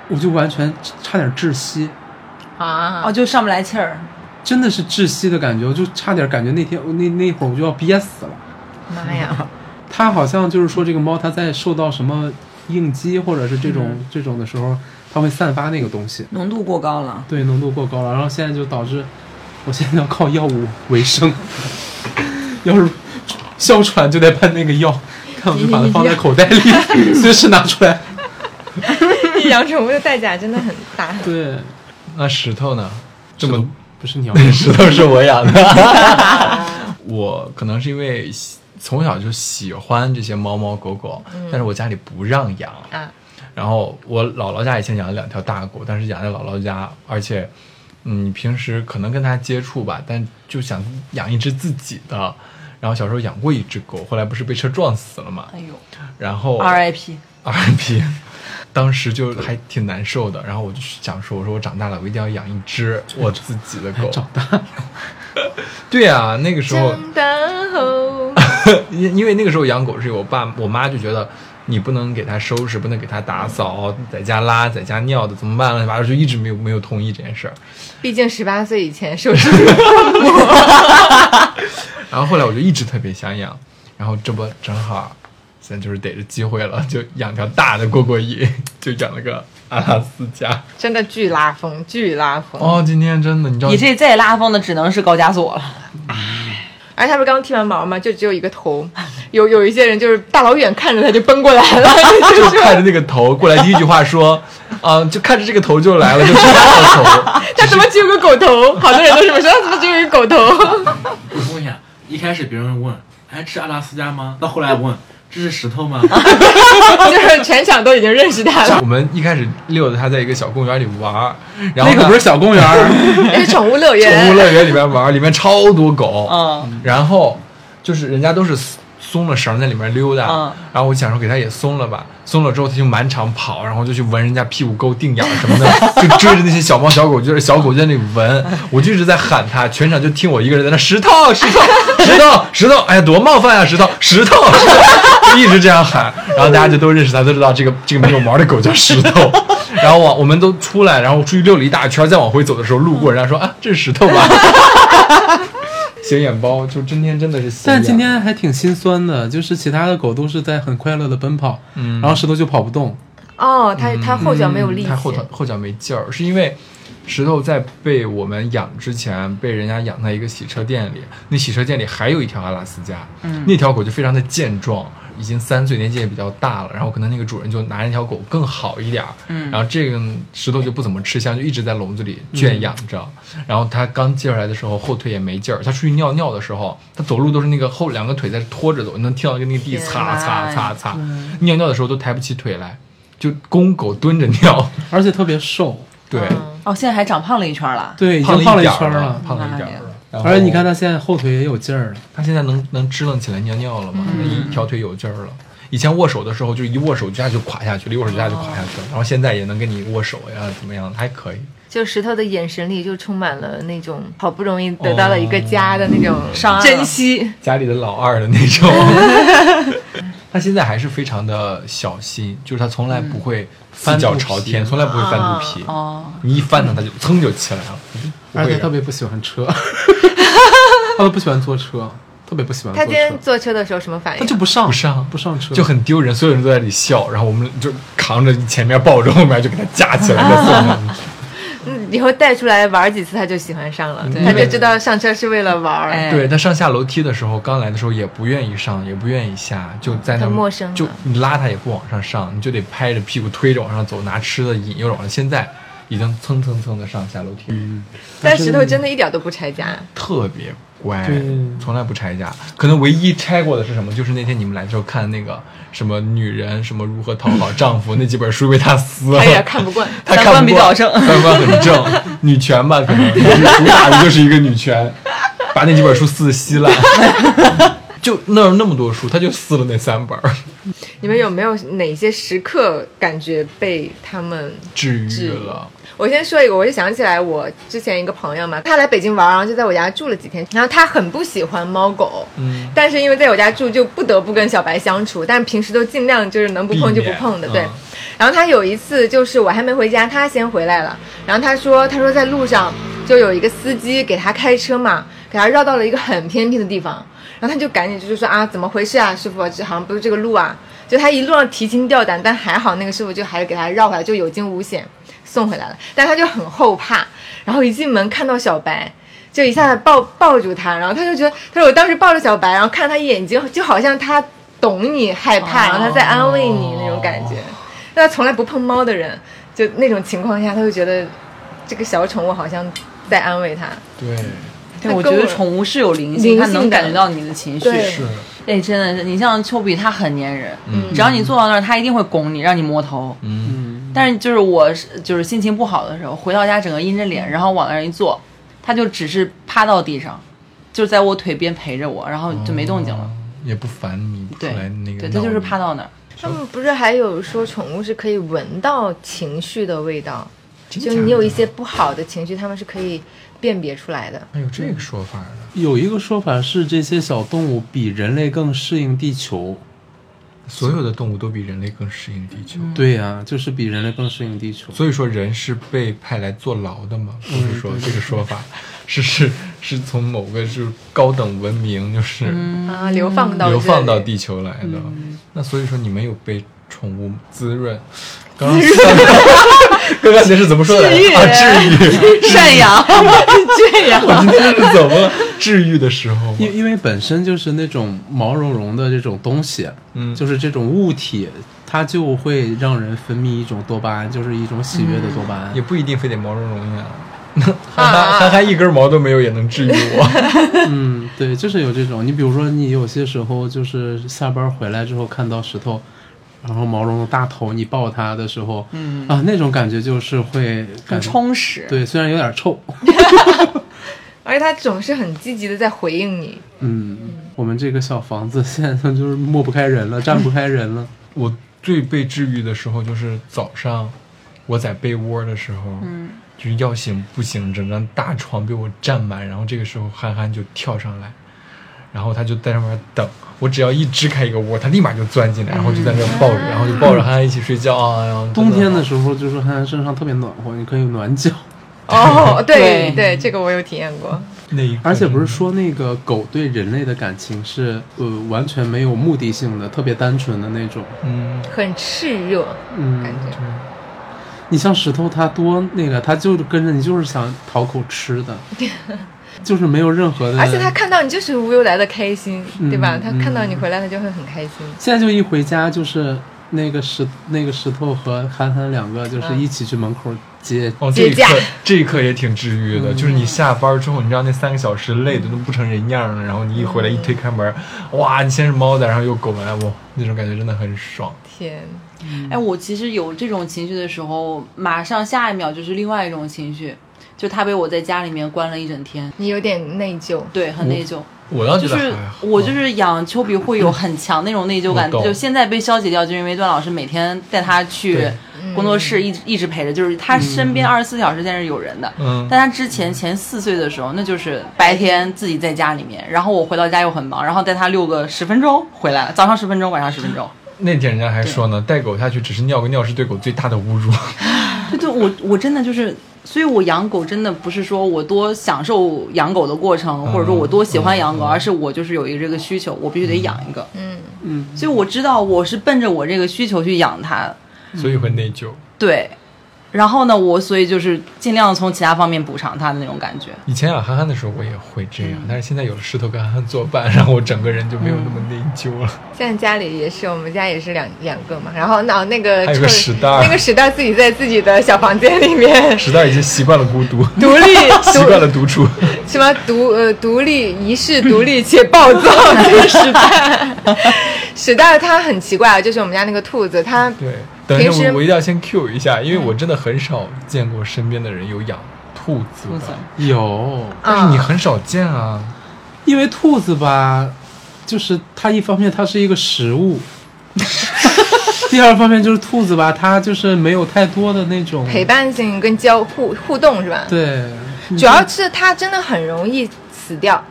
[SPEAKER 5] 我就完全差点窒息，
[SPEAKER 3] 啊
[SPEAKER 4] 哦，，就上不来气儿，
[SPEAKER 5] 真的是窒息的感觉，我就差点感觉那天我那那会儿我就要憋死了。
[SPEAKER 2] [LAUGHS]
[SPEAKER 3] 妈呀！
[SPEAKER 5] 它好像就是说这个猫它在受到什么应激或者是这种、这种的时候，它会散发那个东西，
[SPEAKER 4] 浓度过高了。
[SPEAKER 5] 对浓度过高了，然后现在就导致我现在要靠药物为生， [LAUGHS] 要是哮喘就得喷那个药，看我就把它放在口袋里，随时拿出来。
[SPEAKER 3] 养宠物的代价真的很
[SPEAKER 2] [LAUGHS]
[SPEAKER 3] 大。
[SPEAKER 5] 对，
[SPEAKER 2] 那石头呢？这么
[SPEAKER 5] 不是鸟，
[SPEAKER 2] [LAUGHS] 石头是我养的。我可能是因为喜从小就喜欢这些猫猫狗狗，但是我家里不让养。
[SPEAKER 3] 啊
[SPEAKER 2] 然后我姥姥家以前养了两条大狗，但是养在姥姥家，而且，嗯，平时可能跟它接触吧，但就想养一只自己的。然后小时候养过一只狗，后来不是被车撞死了嘛？
[SPEAKER 4] 哎呦
[SPEAKER 2] 然后
[SPEAKER 4] ，RIP，
[SPEAKER 2] RIP，当 [LAUGHS] 时就还挺难受的。然后我就想说，我说我长大了，我一定要养一只我自己的狗。
[SPEAKER 5] 长大了，
[SPEAKER 2] [LAUGHS] 对啊，那个时候，
[SPEAKER 3] 长大后，
[SPEAKER 2] [LAUGHS] 因因为那个时候养狗是我爸我妈就觉得你不能给它收拾，不能给它打扫，在家拉在家尿的怎么办了？完了就一直没有没有同意这件事儿。
[SPEAKER 3] 毕竟十八岁以前受
[SPEAKER 2] [LAUGHS]
[SPEAKER 3] 制
[SPEAKER 2] 然后后来我就一直特别想养，然后这不正好，现在就是逮着机会了，就养条大的过过瘾， [LAUGHS] 就养了个阿拉斯加。
[SPEAKER 3] 真的巨拉风，巨拉风。
[SPEAKER 2] 哦，今天真的，你知道
[SPEAKER 4] 你这再拉风的只能是高加索了。
[SPEAKER 3] 而且他不是刚剃完毛嘛，就只有一个头，有有一些人就是大老远看着他就奔过来
[SPEAKER 2] [LAUGHS]
[SPEAKER 3] 了， [LAUGHS]
[SPEAKER 2] 就看着那个头过来，第一句话说，啊，就看着这个头就来了，就是他的头。
[SPEAKER 3] 他怎么只有个狗头？好多人都这么说，他怎么只有一个狗头？
[SPEAKER 6] 我问一下，一开始别人问，哎，这是阿拉斯加吗？到后来问，这是石头吗？
[SPEAKER 3] [LAUGHS] 就是全场都已经认识他了。
[SPEAKER 2] [LAUGHS] 我们一开始遛着它在一个小公园里玩儿，然后
[SPEAKER 5] 那可不是小公园儿，
[SPEAKER 3] 那是宠物乐园，
[SPEAKER 2] 宠物乐园里边玩儿，里面超多狗，
[SPEAKER 4] 嗯，
[SPEAKER 2] 然后就是人家都是松松了绳在里面溜达，
[SPEAKER 4] 嗯
[SPEAKER 2] 然后我想说给它也松了吧，松了之后它就满场跑，然后就去闻人家屁股沟腚眼儿什么的， [LAUGHS] 就追着那些小猫小狗，就是小狗就在那里
[SPEAKER 4] [LAUGHS]
[SPEAKER 2] 闻，我就一直在喊它，全场就听我一个人在那石头石头石头石头，哎呀多冒犯啊石头石头石头，就一直这样喊，然后大家就都认识它，都知道这个 [LAUGHS] 这个没有毛的狗叫石头。然后我我们都出来，然后出去溜了一大圈，再往回走的时候路过，人家说啊，这是石头吧？显眼包，就今天真的是显眼。
[SPEAKER 5] 但今天还挺心酸的，就是其他的狗都是在很快乐的奔跑，
[SPEAKER 2] 嗯
[SPEAKER 5] 然后石头就跑不动。
[SPEAKER 3] 哦，他他后脚没有力气，嗯
[SPEAKER 2] 它后头后脚没劲儿，是因为石头在被我们养之前，被人家养在一个洗车店里，那洗车店里还有一条阿拉斯加，嗯、那条狗就非常的健壮，已经三岁，年纪也比较大了，然后可能那个主人就拿那条狗更好一点儿，
[SPEAKER 4] 嗯
[SPEAKER 2] 然后这个石头就不怎么吃香，就一直在笼子里圈养着，
[SPEAKER 5] 嗯
[SPEAKER 2] 然后它刚接出来的时候后腿也没劲儿，它出去尿尿的时候，它走路都是那个后两个腿在拖着走，你能听到跟那个地擦擦擦擦，尿尿的时候都抬不起腿来。就公狗蹲着 [LAUGHS] 尿，
[SPEAKER 5] 而且特别瘦，
[SPEAKER 2] 对，
[SPEAKER 3] 嗯
[SPEAKER 4] 哦，现在还长胖了一圈了。
[SPEAKER 5] 对，已
[SPEAKER 2] 胖
[SPEAKER 5] 经胖了
[SPEAKER 2] 一
[SPEAKER 5] 一
[SPEAKER 2] 点
[SPEAKER 5] 圈
[SPEAKER 2] 儿
[SPEAKER 5] 儿
[SPEAKER 2] 了
[SPEAKER 5] 了，。
[SPEAKER 2] 胖了一点儿
[SPEAKER 4] 妈
[SPEAKER 2] 了
[SPEAKER 4] 呀。
[SPEAKER 2] 然后
[SPEAKER 5] 而且你看，它现在后腿也有劲儿了，
[SPEAKER 2] 它现在能能支棱起来尿尿了嘛？那一条腿有劲儿了。以前握手的时候，就一握手一下就垮下去了，一握手一下就垮下去了。然后现在也能跟你握手呀，怎么样？还可以。
[SPEAKER 3] 就石头的眼神里就充满了那种好不容易得到了一个家的那种
[SPEAKER 4] 上岸了
[SPEAKER 3] 珍惜。
[SPEAKER 2] 家里的老二的那种。 [LAUGHS] 他现在还是非常的小心，就是他从来不会四脚嗯朝天，啊
[SPEAKER 5] 翻肚皮
[SPEAKER 2] 从来不会翻肚皮。
[SPEAKER 4] 哦，
[SPEAKER 2] 你一翻它，它就噌就起来了。不
[SPEAKER 5] 而
[SPEAKER 2] 会
[SPEAKER 5] 且
[SPEAKER 2] 的
[SPEAKER 5] 特别不喜欢
[SPEAKER 2] [LAUGHS]
[SPEAKER 5] 车，它都不喜欢坐车，特别不喜欢
[SPEAKER 3] 他
[SPEAKER 5] 坐
[SPEAKER 3] 今天
[SPEAKER 5] 车，
[SPEAKER 3] 坐车的时候什么反
[SPEAKER 5] 它
[SPEAKER 3] 应？
[SPEAKER 5] 就不上
[SPEAKER 2] 不上
[SPEAKER 5] 不上车，
[SPEAKER 2] 就很丢人，所有人都在那里笑，然后我们就扛着前面抱着后面就给他架起 [LAUGHS] 来，再送上去。
[SPEAKER 3] 嗯以后带出来玩几次，他就喜欢上了，
[SPEAKER 4] 对
[SPEAKER 3] 他就知道上车是为了玩儿。
[SPEAKER 4] 哎
[SPEAKER 2] 对，他上下楼梯的时候，刚来的时候也不愿意上，也不愿意下，就在那
[SPEAKER 3] 很陌生啊
[SPEAKER 2] 就你拉他也不往上上，你就得拍着屁股推着往上走，拿吃的引诱着往上。现在已经蹭蹭蹭的上下楼梯，
[SPEAKER 3] 但石头真的一点都不拆家，
[SPEAKER 2] 特别乖
[SPEAKER 5] 对，
[SPEAKER 2] 从来不拆家。可能唯一拆过的是什么？就是那天你们来的时候看那个什么女人什么如何讨好丈夫那几本书被他撕了。
[SPEAKER 3] 他有点看不惯。
[SPEAKER 2] 他看
[SPEAKER 4] 三观
[SPEAKER 2] 不
[SPEAKER 4] 比
[SPEAKER 2] 惯
[SPEAKER 4] 较正
[SPEAKER 2] 三观很
[SPEAKER 4] [LAUGHS]
[SPEAKER 2] 正，女权吧，可能就是主打的就是一个女权，把那几本书撕得稀烂， [LAUGHS] 就那儿那么多书，他就撕了那三本儿，
[SPEAKER 3] 你们有没有哪些时刻感觉被他们
[SPEAKER 2] 治愈
[SPEAKER 3] 治
[SPEAKER 2] 了。
[SPEAKER 3] 我先说一个，我就想起来我之前一个朋友嘛，他来北京玩，然后就在我家住了几天。然后他很不喜欢猫狗，
[SPEAKER 2] 嗯，
[SPEAKER 3] 但是因为在我家住，就不得不跟小白相处，但是平时都尽量就是能不碰就不碰的，
[SPEAKER 2] 避
[SPEAKER 3] 对。
[SPEAKER 2] 免嗯
[SPEAKER 3] 然后他有一次就是我还没回家，他先回来了，然后他说他说在路上就有一个司机给他开车嘛，给他绕到了一个很偏僻的地方，然后他就赶紧就是说啊怎么回事啊师傅，这好像不是这个路啊，就他一路上提心吊胆，但还好那个师傅就还是给他绕回来，就有惊无险送回来了，但他就很后怕，然后一进门看到小白。就一下子抱抱住他，然后他就觉得，他说我当时抱着小白，然后看他眼睛，就好像他懂你害怕，然后他在安慰你那种感觉。但他从来不碰猫的人，就那种情况下，他会觉得这个小宠物好像在安慰他。
[SPEAKER 2] 对，
[SPEAKER 4] 对，
[SPEAKER 3] 它
[SPEAKER 4] 我觉
[SPEAKER 3] 跟
[SPEAKER 4] 得
[SPEAKER 3] 我
[SPEAKER 4] 宠物是有灵
[SPEAKER 3] 灵
[SPEAKER 4] 性，它能
[SPEAKER 3] 性的
[SPEAKER 4] 感觉到你的情绪。
[SPEAKER 3] 对
[SPEAKER 2] 是，
[SPEAKER 4] 哎，真的是，你像丘比，它很粘人，
[SPEAKER 2] 嗯
[SPEAKER 4] 只要你坐到那儿，它一定会拱你，让你摸头。
[SPEAKER 2] 嗯，
[SPEAKER 5] 嗯，
[SPEAKER 4] 但是就是我是就是心情不好的时候，回到家整个阴着脸，然后往那儿一坐，它就只是趴到地上，就在我腿边陪着我，然后嗯就没动静了
[SPEAKER 2] 哦。，也不烦你，不出
[SPEAKER 4] 对
[SPEAKER 2] 来那，个闹
[SPEAKER 4] 对，
[SPEAKER 2] 你，
[SPEAKER 4] 它就
[SPEAKER 2] [LAUGHS]
[SPEAKER 4] 是趴到那儿。
[SPEAKER 3] 他们不是还有说宠物是可以闻到情绪的味道，
[SPEAKER 2] 真
[SPEAKER 3] 就
[SPEAKER 2] 假
[SPEAKER 3] 你有
[SPEAKER 2] 的
[SPEAKER 3] 一些不好的情绪，他们是可以辨别出来的。
[SPEAKER 2] 还有哎这个说法啊呢？
[SPEAKER 5] 有一个说法是，这些小动物比人类更适应地球。
[SPEAKER 2] 所有的动物都比人类更适应地
[SPEAKER 4] 嗯
[SPEAKER 2] 球，
[SPEAKER 5] 对呀、就是比人类更适应地球。
[SPEAKER 2] 所以说人是被派来坐牢的嘛？不
[SPEAKER 4] 嗯
[SPEAKER 2] 是说这个说法 [LAUGHS] 是是是从某个就是高等文明就是
[SPEAKER 4] 嗯
[SPEAKER 3] 啊，流放到
[SPEAKER 2] 流放到
[SPEAKER 3] 这里嗯
[SPEAKER 2] 地球来的。那所以说你们有被宠物滋
[SPEAKER 3] [LAUGHS]
[SPEAKER 2] 润？刚刚刚刚那是怎么说的？
[SPEAKER 3] 治愈
[SPEAKER 2] 啊，治愈。
[SPEAKER 4] 赡养，这样
[SPEAKER 2] [LAUGHS] 我今天是怎么了治愈的时候
[SPEAKER 3] [LAUGHS]
[SPEAKER 2] 吗？
[SPEAKER 5] 因因为本身就是那种毛茸茸的这种东西，
[SPEAKER 2] 嗯
[SPEAKER 5] 就是这种物体，它就会让人分泌一种多巴胺，就是一种喜悦的多巴胺。
[SPEAKER 2] 也不一定非得毛茸茸呀。[LAUGHS]
[SPEAKER 3] 啊
[SPEAKER 2] 憨憨憨憨一根毛都没有也能治愈我。
[SPEAKER 5] 嗯，对，就是有这种。你比如说，你有些时候就是下班回来之后看到石头，然后毛茸茸大头，你抱它的时候，嗯啊，那种感觉就是会
[SPEAKER 4] 很
[SPEAKER 5] 感
[SPEAKER 4] 充实。
[SPEAKER 5] 对，虽然有点臭。
[SPEAKER 3] 而且他总是很积极的在回
[SPEAKER 2] [LAUGHS]
[SPEAKER 3] 应你。
[SPEAKER 5] 嗯，我们这个小房子现在就是抹不开人了，站不开人了。
[SPEAKER 2] 我最被治愈的时候就是早上，我在被窝的时候，嗯，就是要醒不醒，整张大床被我占满，然后这个时候憨憨就跳上来，然后他就在上面等。我只要一支开一个窝，他立马就钻进来，然后就在那抱着，然后就抱着憨憨一起睡觉啊。然后
[SPEAKER 5] 冬天的
[SPEAKER 2] 呢，
[SPEAKER 5] 时候就是憨憨身上特别暖和，你可以暖脚。
[SPEAKER 3] 哦，对
[SPEAKER 4] 对
[SPEAKER 3] 对，这个我有体验过。
[SPEAKER 2] 那一刻
[SPEAKER 5] 而且不是
[SPEAKER 2] 真的
[SPEAKER 5] 说那个狗对人类的感情是呃完全没有目的性的，特别单纯的那种。
[SPEAKER 2] 嗯，
[SPEAKER 3] 很炽热，
[SPEAKER 5] 嗯
[SPEAKER 3] 感，觉
[SPEAKER 5] 你像石头，它多那个，它就跟着你，就是想讨口吃
[SPEAKER 3] [LAUGHS]
[SPEAKER 5] 的，就是没有任何的。
[SPEAKER 3] 而且他看到你就是无忧来的开心，
[SPEAKER 5] 嗯
[SPEAKER 3] 对吧？他
[SPEAKER 5] 嗯
[SPEAKER 3] 看到你回来，他就会很开心。
[SPEAKER 5] 现在就一回家就是那个石那个石头和憨憨两个就是
[SPEAKER 3] 嗯
[SPEAKER 5] 一起去门口接。
[SPEAKER 2] 哦，这一
[SPEAKER 3] 节假
[SPEAKER 2] 刻这一刻也挺治愈
[SPEAKER 4] 嗯
[SPEAKER 2] 的，就是你下班之后，你知道那三个小时累的都不成人样了，然后你一回来一推开门，哇，你先是猫仔，然后又狗来，哇，那种感觉真的很爽。
[SPEAKER 3] 天，
[SPEAKER 4] 哎，我其实有这种情绪的时候，马上下一秒就是另外一种情绪，就他被我在家里面关了一整天，
[SPEAKER 3] 你有点内疚，
[SPEAKER 4] 对，很内疚。
[SPEAKER 2] 我倒
[SPEAKER 4] 就
[SPEAKER 2] 觉得哎
[SPEAKER 4] 是
[SPEAKER 2] 还好，
[SPEAKER 4] 我就是养丘比会有很强那种内疚感，
[SPEAKER 2] [LAUGHS] 我懂
[SPEAKER 4] 就现在被消解掉，就因为段老师每天带他去
[SPEAKER 2] 对
[SPEAKER 4] 工作室一直一直陪着，就是他身边二十四小时在那儿有人的。
[SPEAKER 2] 嗯，
[SPEAKER 4] 但他之前前四岁的时候，那就是白天自己在家里面，然后我回到家又很忙，然后带他遛个十分钟回来了，早上十分钟，晚上十分钟。
[SPEAKER 2] 那天人家还说呢，带狗下去只是尿个尿是对狗最大的侮辱。
[SPEAKER 4] 对对，我我真的就是，所以我养狗真的不是说我多享受养狗的过程，或者说我多喜欢养狗，而是我就是有一个这个需求，我必须得养一个。
[SPEAKER 3] 嗯，
[SPEAKER 5] 嗯，
[SPEAKER 4] 所以我知道我是奔着我这个需求去养它，
[SPEAKER 2] 所以会内疚。
[SPEAKER 4] 对。然后呢，我所以就是尽量从其他方面补偿它的那种感觉。
[SPEAKER 2] 以前养憨憨的时候我也会这
[SPEAKER 4] 嗯
[SPEAKER 2] 样，但是现在有了石头跟憨憨作伴，然后我整个人就没有那
[SPEAKER 4] 嗯
[SPEAKER 2] 么内疚了。
[SPEAKER 3] 现在家里也是，我们家也是两两个嘛。然后那那个
[SPEAKER 2] 还有
[SPEAKER 3] 臭
[SPEAKER 2] 个屎蛋儿
[SPEAKER 3] 那个屎蛋儿自己在自己的小房间里
[SPEAKER 2] [LAUGHS]
[SPEAKER 3] 面
[SPEAKER 2] 石头已经习惯了孤
[SPEAKER 4] [LAUGHS]
[SPEAKER 2] 独，
[SPEAKER 3] 独立
[SPEAKER 2] 习惯了独处。
[SPEAKER 3] 什么独呃独立一世独立且暴躁
[SPEAKER 2] [LAUGHS]
[SPEAKER 3] 这个史蛋儿，史蛋儿它很奇怪啊，就是我们家那个兔子，它
[SPEAKER 2] 对，等一
[SPEAKER 3] 平
[SPEAKER 2] 下
[SPEAKER 3] 时嗯
[SPEAKER 2] 我我一定要先 Q 一下，因为我真的很少见过身边的人有养兔子
[SPEAKER 4] 兔子
[SPEAKER 2] 的，
[SPEAKER 5] 有，
[SPEAKER 2] 但是你
[SPEAKER 3] 啊
[SPEAKER 2] 很少见啊。
[SPEAKER 5] 因为兔子吧，就是它一方面它是一个食
[SPEAKER 3] [LAUGHS]
[SPEAKER 5] 物，第二方面就是兔子吧，它就是没有太多的那种
[SPEAKER 3] 陪。伴性跟交互互动是吧？
[SPEAKER 5] 对，嗯
[SPEAKER 3] 主要是它真的很容易死掉。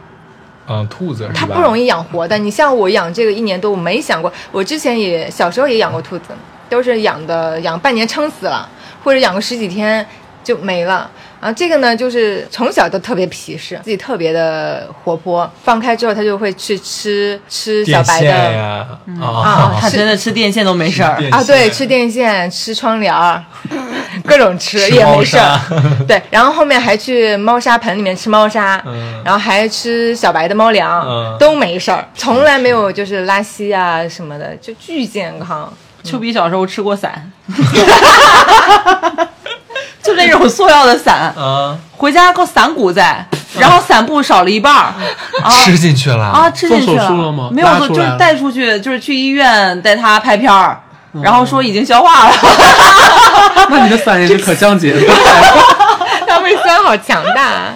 [SPEAKER 2] 嗯，兔子
[SPEAKER 3] 它
[SPEAKER 2] 是吧？
[SPEAKER 3] 不容
[SPEAKER 2] 易。
[SPEAKER 3] 易养活的。你像我养这个一年多，我没想过，我之前也小时候也养过兔子，都是养的养半年撑死了，或者养个十几天就没了。然后这个呢，就是从小都特别皮实，自己特别的活泼，放开之后它就会去吃吃小
[SPEAKER 2] 电
[SPEAKER 3] 白
[SPEAKER 2] 线
[SPEAKER 3] 的。
[SPEAKER 2] 呀，啊
[SPEAKER 3] 啊
[SPEAKER 4] 它真的吃电线都没事儿。
[SPEAKER 2] 电
[SPEAKER 3] 啊，对，
[SPEAKER 2] 线
[SPEAKER 3] 吃电线，吃窗
[SPEAKER 2] [LAUGHS]
[SPEAKER 3] 帘儿，各种吃
[SPEAKER 2] 吃
[SPEAKER 3] 也
[SPEAKER 2] 猫
[SPEAKER 3] 没事儿
[SPEAKER 2] 砂。
[SPEAKER 3] 对，然后后面还去猫砂盆里面吃猫砂，
[SPEAKER 2] 嗯
[SPEAKER 3] 然后还吃小白的猫粮，
[SPEAKER 2] 嗯
[SPEAKER 3] 都没事儿，从来没有就是拉稀啊什么的，就巨健康。 [LAUGHS]
[SPEAKER 4] 丘比小时候吃过伞， [LAUGHS] 就那种塑料的伞，
[SPEAKER 3] 哦
[SPEAKER 2] 啊，
[SPEAKER 4] 回家个伞骨在，然后伞布少了一半儿，啊
[SPEAKER 2] 吃进去了
[SPEAKER 3] 哦
[SPEAKER 4] 啊，。吃进去
[SPEAKER 5] 做手术了吗
[SPEAKER 4] 没有
[SPEAKER 5] 拉
[SPEAKER 4] 做，
[SPEAKER 5] 出
[SPEAKER 4] 就
[SPEAKER 5] 来了
[SPEAKER 4] 是带出去，就是去医院带它拍片儿，
[SPEAKER 5] 嗯
[SPEAKER 4] 然后说已经消化了。
[SPEAKER 5] 那你的伞也是可降解的。
[SPEAKER 3] 它胃酸好强大啊，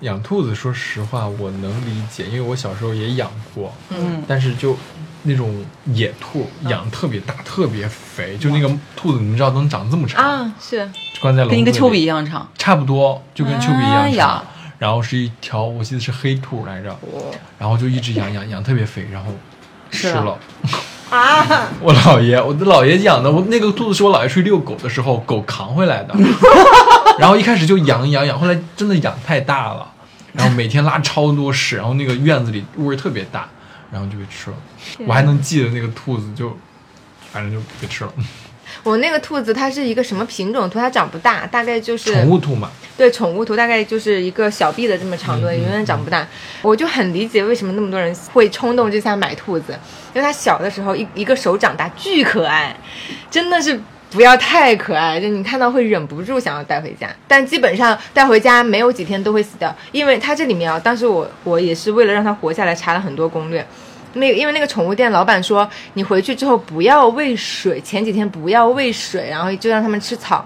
[SPEAKER 2] 养兔子，说实话我能理解，因为我小时候也养过，嗯，但是就那种野兔，
[SPEAKER 3] 嗯
[SPEAKER 2] 养得特别大，特别肥，就那个兔子，你们知道能长这么长，
[SPEAKER 3] 啊，是
[SPEAKER 2] 关在笼子
[SPEAKER 4] [LAUGHS] 跟
[SPEAKER 2] 里
[SPEAKER 4] 一个丘比一样长。
[SPEAKER 2] 差不多，就跟丘比一
[SPEAKER 4] 哎
[SPEAKER 2] 样
[SPEAKER 4] 呀
[SPEAKER 2] 长。然后是一条，我记得是黑兔来着，然后就一直养养养特别肥，然后吃
[SPEAKER 4] 吃了
[SPEAKER 2] 了。啊！我姥爷，我的姥爷养的，我那个兔子是我姥爷出去遛狗的时候狗扛回来的，
[SPEAKER 4] [LAUGHS]
[SPEAKER 2] 然后一开始就养养养，后来真的养太大了，然后每天拉超多屎，然后那个院子里味儿特别大，然后就被吃了。我还能记得那个兔子就，反正就被吃了，
[SPEAKER 3] 我那个兔子，它是一个什么品种兔？它长不大，大概就是
[SPEAKER 2] 宠物兔嘛。
[SPEAKER 3] 对宠物图大概就是一个小臂的这么长度，永远长不大。我就很理解为什么那么多人会冲动之下买兔子，因为它小的时候一一个手掌大，巨可爱，真的是。不要太可爱，就你看到会忍不住想要带回家，但基本上带回家没有几天都会死掉，因为它这里面啊，当时我我也是为了让它活下来查了很多攻略，那个因为那个宠物店老板说，你回去之后不要喂水，前几天不要喂水，然后就让它们吃草，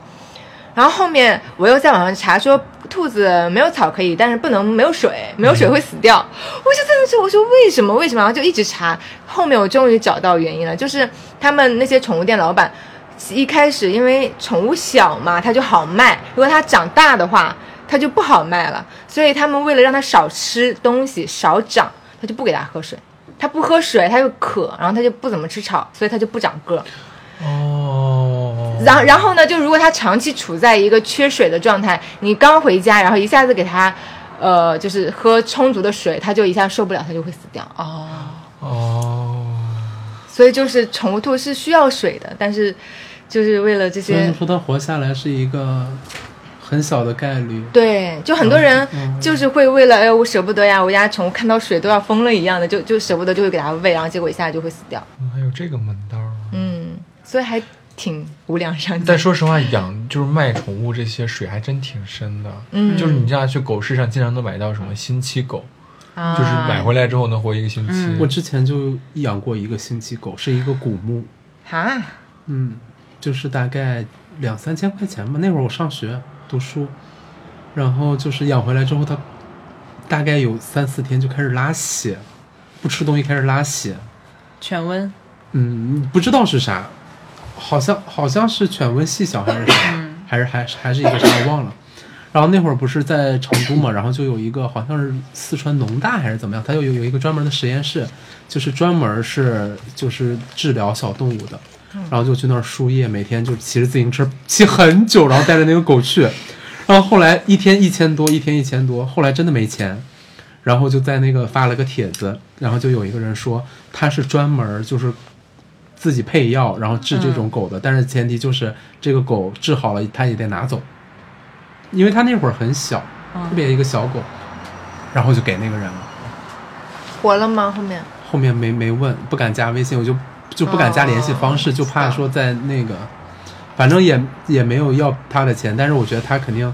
[SPEAKER 3] 然后后面我又在网上查说，兔子没有草可以，但是不能没有水，没有水会死掉。我就在那说，我说为什么为什么？然后就一直查，后面我终于找到原因了，就是他们那些宠物店老板一开始因为宠物小嘛，它就好卖，如果它长大的话，它就不好卖了，所以他们为了让它少吃东西、少长，他就不给它喝水。它不喝水，它又渴，然后它就不怎么吃草，所以它就不长个儿。
[SPEAKER 2] 哦，
[SPEAKER 3] 然后然后呢，就如果它长期处在一个缺水的状态，你刚回家，然后一下子给它，呃，就是喝充足的水，它就一下受不了，它就会死掉。哦，
[SPEAKER 2] 哦。
[SPEAKER 3] 所以就是宠物兔是需要水的，但是就是为了这
[SPEAKER 5] 所以
[SPEAKER 3] 些
[SPEAKER 2] 嗯
[SPEAKER 5] 你，说它活下来是一个很小的概率。
[SPEAKER 3] 对，就很多人
[SPEAKER 2] 嗯
[SPEAKER 3] 就是会为了，哎呦，我舍不得呀，我家宠物看到水都要疯了一样的，就就舍不得，就会给它喂，然后结果一下就会死掉。
[SPEAKER 2] 嗯还有这个门道儿啊！
[SPEAKER 3] 嗯，所以还挺无良善
[SPEAKER 2] 但
[SPEAKER 3] 的。
[SPEAKER 2] 说实话，养就是卖宠物这些水还真挺深的。
[SPEAKER 3] 嗯
[SPEAKER 2] 就是你像去狗市上经常能买到什么新期狗，
[SPEAKER 3] 啊嗯
[SPEAKER 2] 就是买回来之后能活一个星期。
[SPEAKER 5] 我之前就养过一个星期狗，是一个古牧，
[SPEAKER 3] 啊，
[SPEAKER 5] 嗯，就是大概两三千块钱吧。那会儿我上学读书，然后就是养回来之后，它大概有三四天就开始拉血，不吃东西开始拉血，
[SPEAKER 4] 犬瘟，
[SPEAKER 5] 嗯，不知道是啥，好像好像是犬瘟细小还是啥，还是还是还是一个啥我忘了。然后那会儿不是在成都嘛，然后就有一个好像是四川农大还是怎么样，它就有有一个专门的实验室，就是专门是就是治疗小动物的。然后就去那儿输液，每天就骑着自行车骑很久，然后带着那个狗去。然后后来一天一千多，一天一千多，后来真的没钱，然后就在那个发了个帖子，然后就有一个人说他是专门就是自己配药，然后治这种狗的，但是前提就是这个狗治好了，他也得拿走，因为他那会儿很小，
[SPEAKER 4] 嗯
[SPEAKER 5] 特别一个小狗，然后就给那个人了。
[SPEAKER 3] 活了吗？后面
[SPEAKER 5] 后面没没问，不敢加微信，我就就不敢加联系方式，就怕说在那个，反正也也没有要他的钱，但是我觉得他肯定，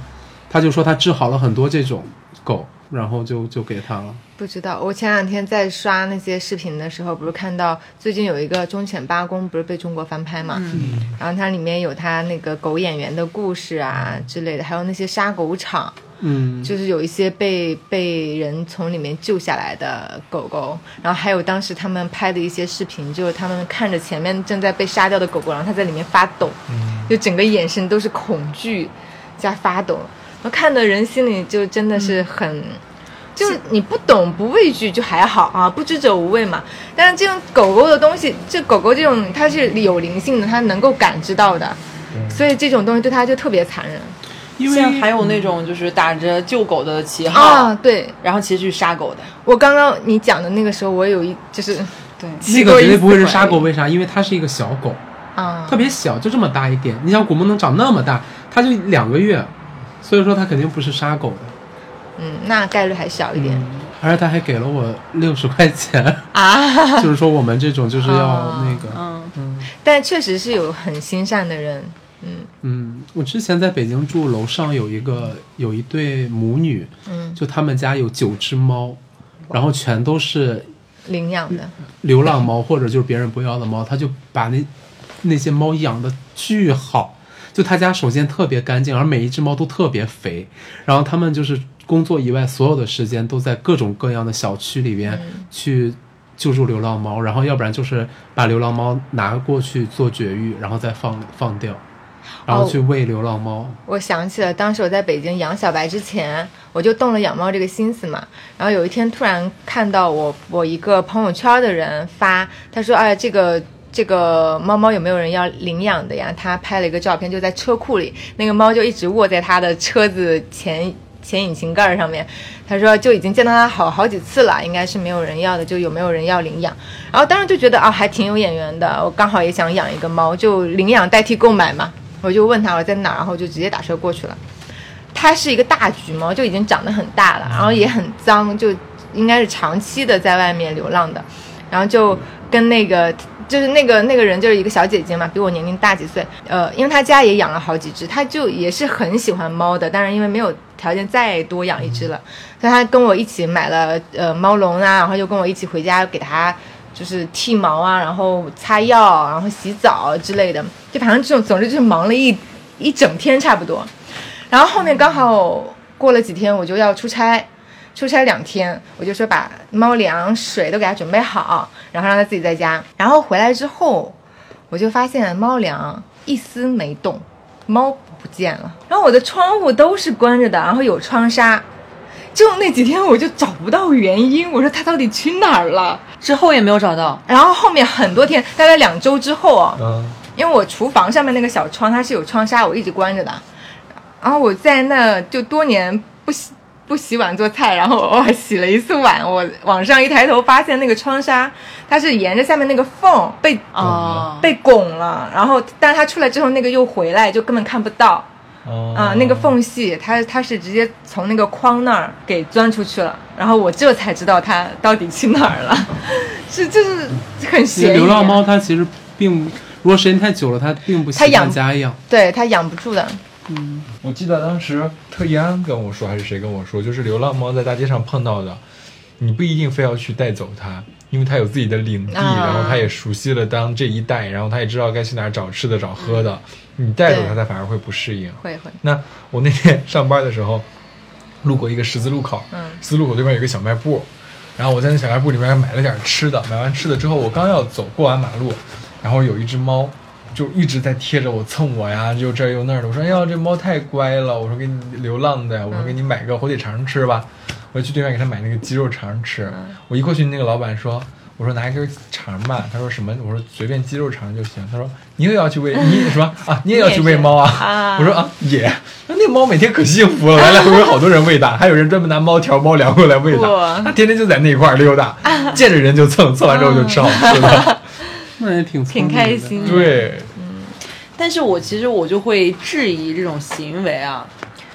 [SPEAKER 5] 他就说他治好了很多这种狗，然后就就给他了。
[SPEAKER 3] 不知道，我前两天在刷那些视频的时候，不是看到最近有一个《忠犬八公》不是被中国翻拍嘛？然后它里面有它那个狗演员的故事啊之类的，还有那些杀狗场，
[SPEAKER 5] 嗯，
[SPEAKER 3] 就是有一些被被人从里面救下来的狗狗，然后还有当时他们拍的一些视频，就是他们看着前面正在被杀掉的狗狗，然后它在里面发抖，就整个眼神都是恐惧加发抖，然后看的人心里就真的是很。就是你不懂不畏惧就还好啊，不知者无畏嘛。但是这种狗狗的东西，这狗狗这种它是有灵性的，它能够感知到的，所以这种东西对它就特别残忍
[SPEAKER 5] 因
[SPEAKER 4] 现在
[SPEAKER 5] 为
[SPEAKER 4] 还有那种就是打着救狗的旗号，
[SPEAKER 3] 啊。对，
[SPEAKER 4] 然后其实去杀狗的。
[SPEAKER 3] 我刚刚你讲的那个时候，我有一就是
[SPEAKER 4] 对，
[SPEAKER 5] 那个绝对不会是杀狗，为啥？因为它是一个小狗，
[SPEAKER 3] 啊，
[SPEAKER 5] 特别小，就这么大一点。你想古木能长那么大，它就两个月，所以说它肯定不是杀狗的。
[SPEAKER 3] 嗯，那概率还小一
[SPEAKER 4] 嗯
[SPEAKER 3] 点、
[SPEAKER 5] 而且他还给了我六十块钱， [LAUGHS]
[SPEAKER 3] 啊。 [LAUGHS]
[SPEAKER 5] 就是说我们这种就是要
[SPEAKER 3] 哦
[SPEAKER 5] 那个，
[SPEAKER 4] 嗯，
[SPEAKER 3] 但确实是有很心善的人，嗯
[SPEAKER 5] 嗯，我之前在北京住，楼上有一个有一对母女，
[SPEAKER 3] 嗯，
[SPEAKER 5] 就他们家有九只猫，然后全都是
[SPEAKER 3] 领养的，
[SPEAKER 5] 流浪猫或者就是别人不要的猫，他就把那那些猫养的巨好。就他家首先特别干净，而每一只猫都特别肥，然后他
[SPEAKER 3] 嗯
[SPEAKER 5] 们就是工作以外所有的时间都在各种各样的小区里边去救助流浪猫，然后要不然就是把流浪猫拿过去做绝育，然后再放放掉，然后去喂流浪猫。
[SPEAKER 3] 我想起了当时我在北京养小白之前，我就动了养猫这个心思嘛。然后有一天突然看到我我一个朋友圈的人发，他说：“哎，这个这个猫猫有没有人要领养的呀？”他拍了一个照片，就在车库里，那个猫就一直卧在他的车子前前引擎盖儿上面。他说就已经见到他好好几次了，应该是没有人要的，就有没有人要领养？然后当时就觉得啊，还挺有眼缘的。我刚好也想养一个猫，就领养代替购买嘛。我就问他我在哪儿，然后就直接打车过去了。它是一个大橘猫，就已经长得很大了，然后也很脏，就应该是长期的在外面流浪的。然后就跟那个就是那个那个人就是一个小姐姐嘛，比我年龄大几岁。呃，因为她家也养了好几只，她就也是很喜欢猫的，但是因为没有条件再多养一只了，所以她跟我一起买了呃猫笼啊，然后又跟我一起回家给它。就是剃毛啊，然后擦药，然后洗澡之类的，就反正这种，总之就是忙了一一整天差不多。然后后面刚好过了几天，我就要出差，出差两天，我就说把猫粮、水都给它准备好，然后让它自己在家。然后回来之后，我就发现猫粮一丝没动，猫不见了。然后我的窗户都是关着的，然后有窗纱。就那几天我就找不到原因，我说它到底去哪儿了？
[SPEAKER 4] 之后也没有找到，
[SPEAKER 3] 然后后面很多天，大概两周之后啊、
[SPEAKER 2] 嗯，
[SPEAKER 3] 因为我厨房上面那个小窗它是有窗纱，我一直关着的。然后我在那就多年不洗不洗碗做菜，然后偶尔洗了一次碗，我往上一抬头发现那个窗纱它是沿着下面那个缝被
[SPEAKER 4] 哦，
[SPEAKER 3] 被拱了，然后但是它出来之后那个又回来，就根本看不到
[SPEAKER 2] 哦
[SPEAKER 3] 啊、那个缝隙它它是直接从那个框那儿给钻出去了，然后我这才知道它到底去哪儿了，是就是很
[SPEAKER 5] 其
[SPEAKER 3] 邪
[SPEAKER 5] 实
[SPEAKER 3] 异。
[SPEAKER 5] 流浪猫它其实并，如果时间太久了，它并不习
[SPEAKER 3] 它养
[SPEAKER 5] 惯家养。
[SPEAKER 3] 对它养不住的，
[SPEAKER 2] 我记得当时特一安跟我说，还是谁跟我说，就是流浪猫在大街上碰到的，你不一定非要去带走它，因为它有自己的领地，
[SPEAKER 3] 啊
[SPEAKER 2] 然后它也熟悉了当这一带，然后它也知道该去哪儿找吃的、找喝的。你带走它，
[SPEAKER 3] 嗯对
[SPEAKER 2] 它反而会不适应。
[SPEAKER 3] 会会，
[SPEAKER 2] 那我那天上班的时候，路过一个十字路口，
[SPEAKER 3] 嗯
[SPEAKER 2] 十字路口对面有一个小卖部，然后我在那小卖部里面买了点吃的，买完吃的之后，我刚要走，过完马路，然后有一只猫。就一直在贴着我蹭我呀，就这儿又那儿的。我说：“哎呀，这猫太乖了。”我说：“给你流浪的，我说给你买个火腿肠吃吧。”我就去对面给他买那个鸡肉肠吃。我一过去，那个老板说：“我说拿一根肠吧。”他说：“什么？”我说：“随便鸡肉肠就行。”他说：“你也要去喂你什么啊？你也要去喂猫啊？”
[SPEAKER 3] 啊
[SPEAKER 2] 我说：“啊，也。”那那猫每天可幸福啊了，来来回回好多人喂
[SPEAKER 3] [LAUGHS]
[SPEAKER 2] 它，还有人专门拿猫条、猫粮过来喂它
[SPEAKER 3] 哇，
[SPEAKER 2] 它天天就在那一块儿溜达，见着人就蹭，蹭完之后就吃好
[SPEAKER 3] 啊
[SPEAKER 2] 吃
[SPEAKER 3] [LAUGHS]
[SPEAKER 2] 的。
[SPEAKER 5] 那也挺聪
[SPEAKER 3] 挺
[SPEAKER 5] 明的
[SPEAKER 3] 开。心的。
[SPEAKER 2] 对，
[SPEAKER 4] 但是我其实我就会质疑这种行为啊，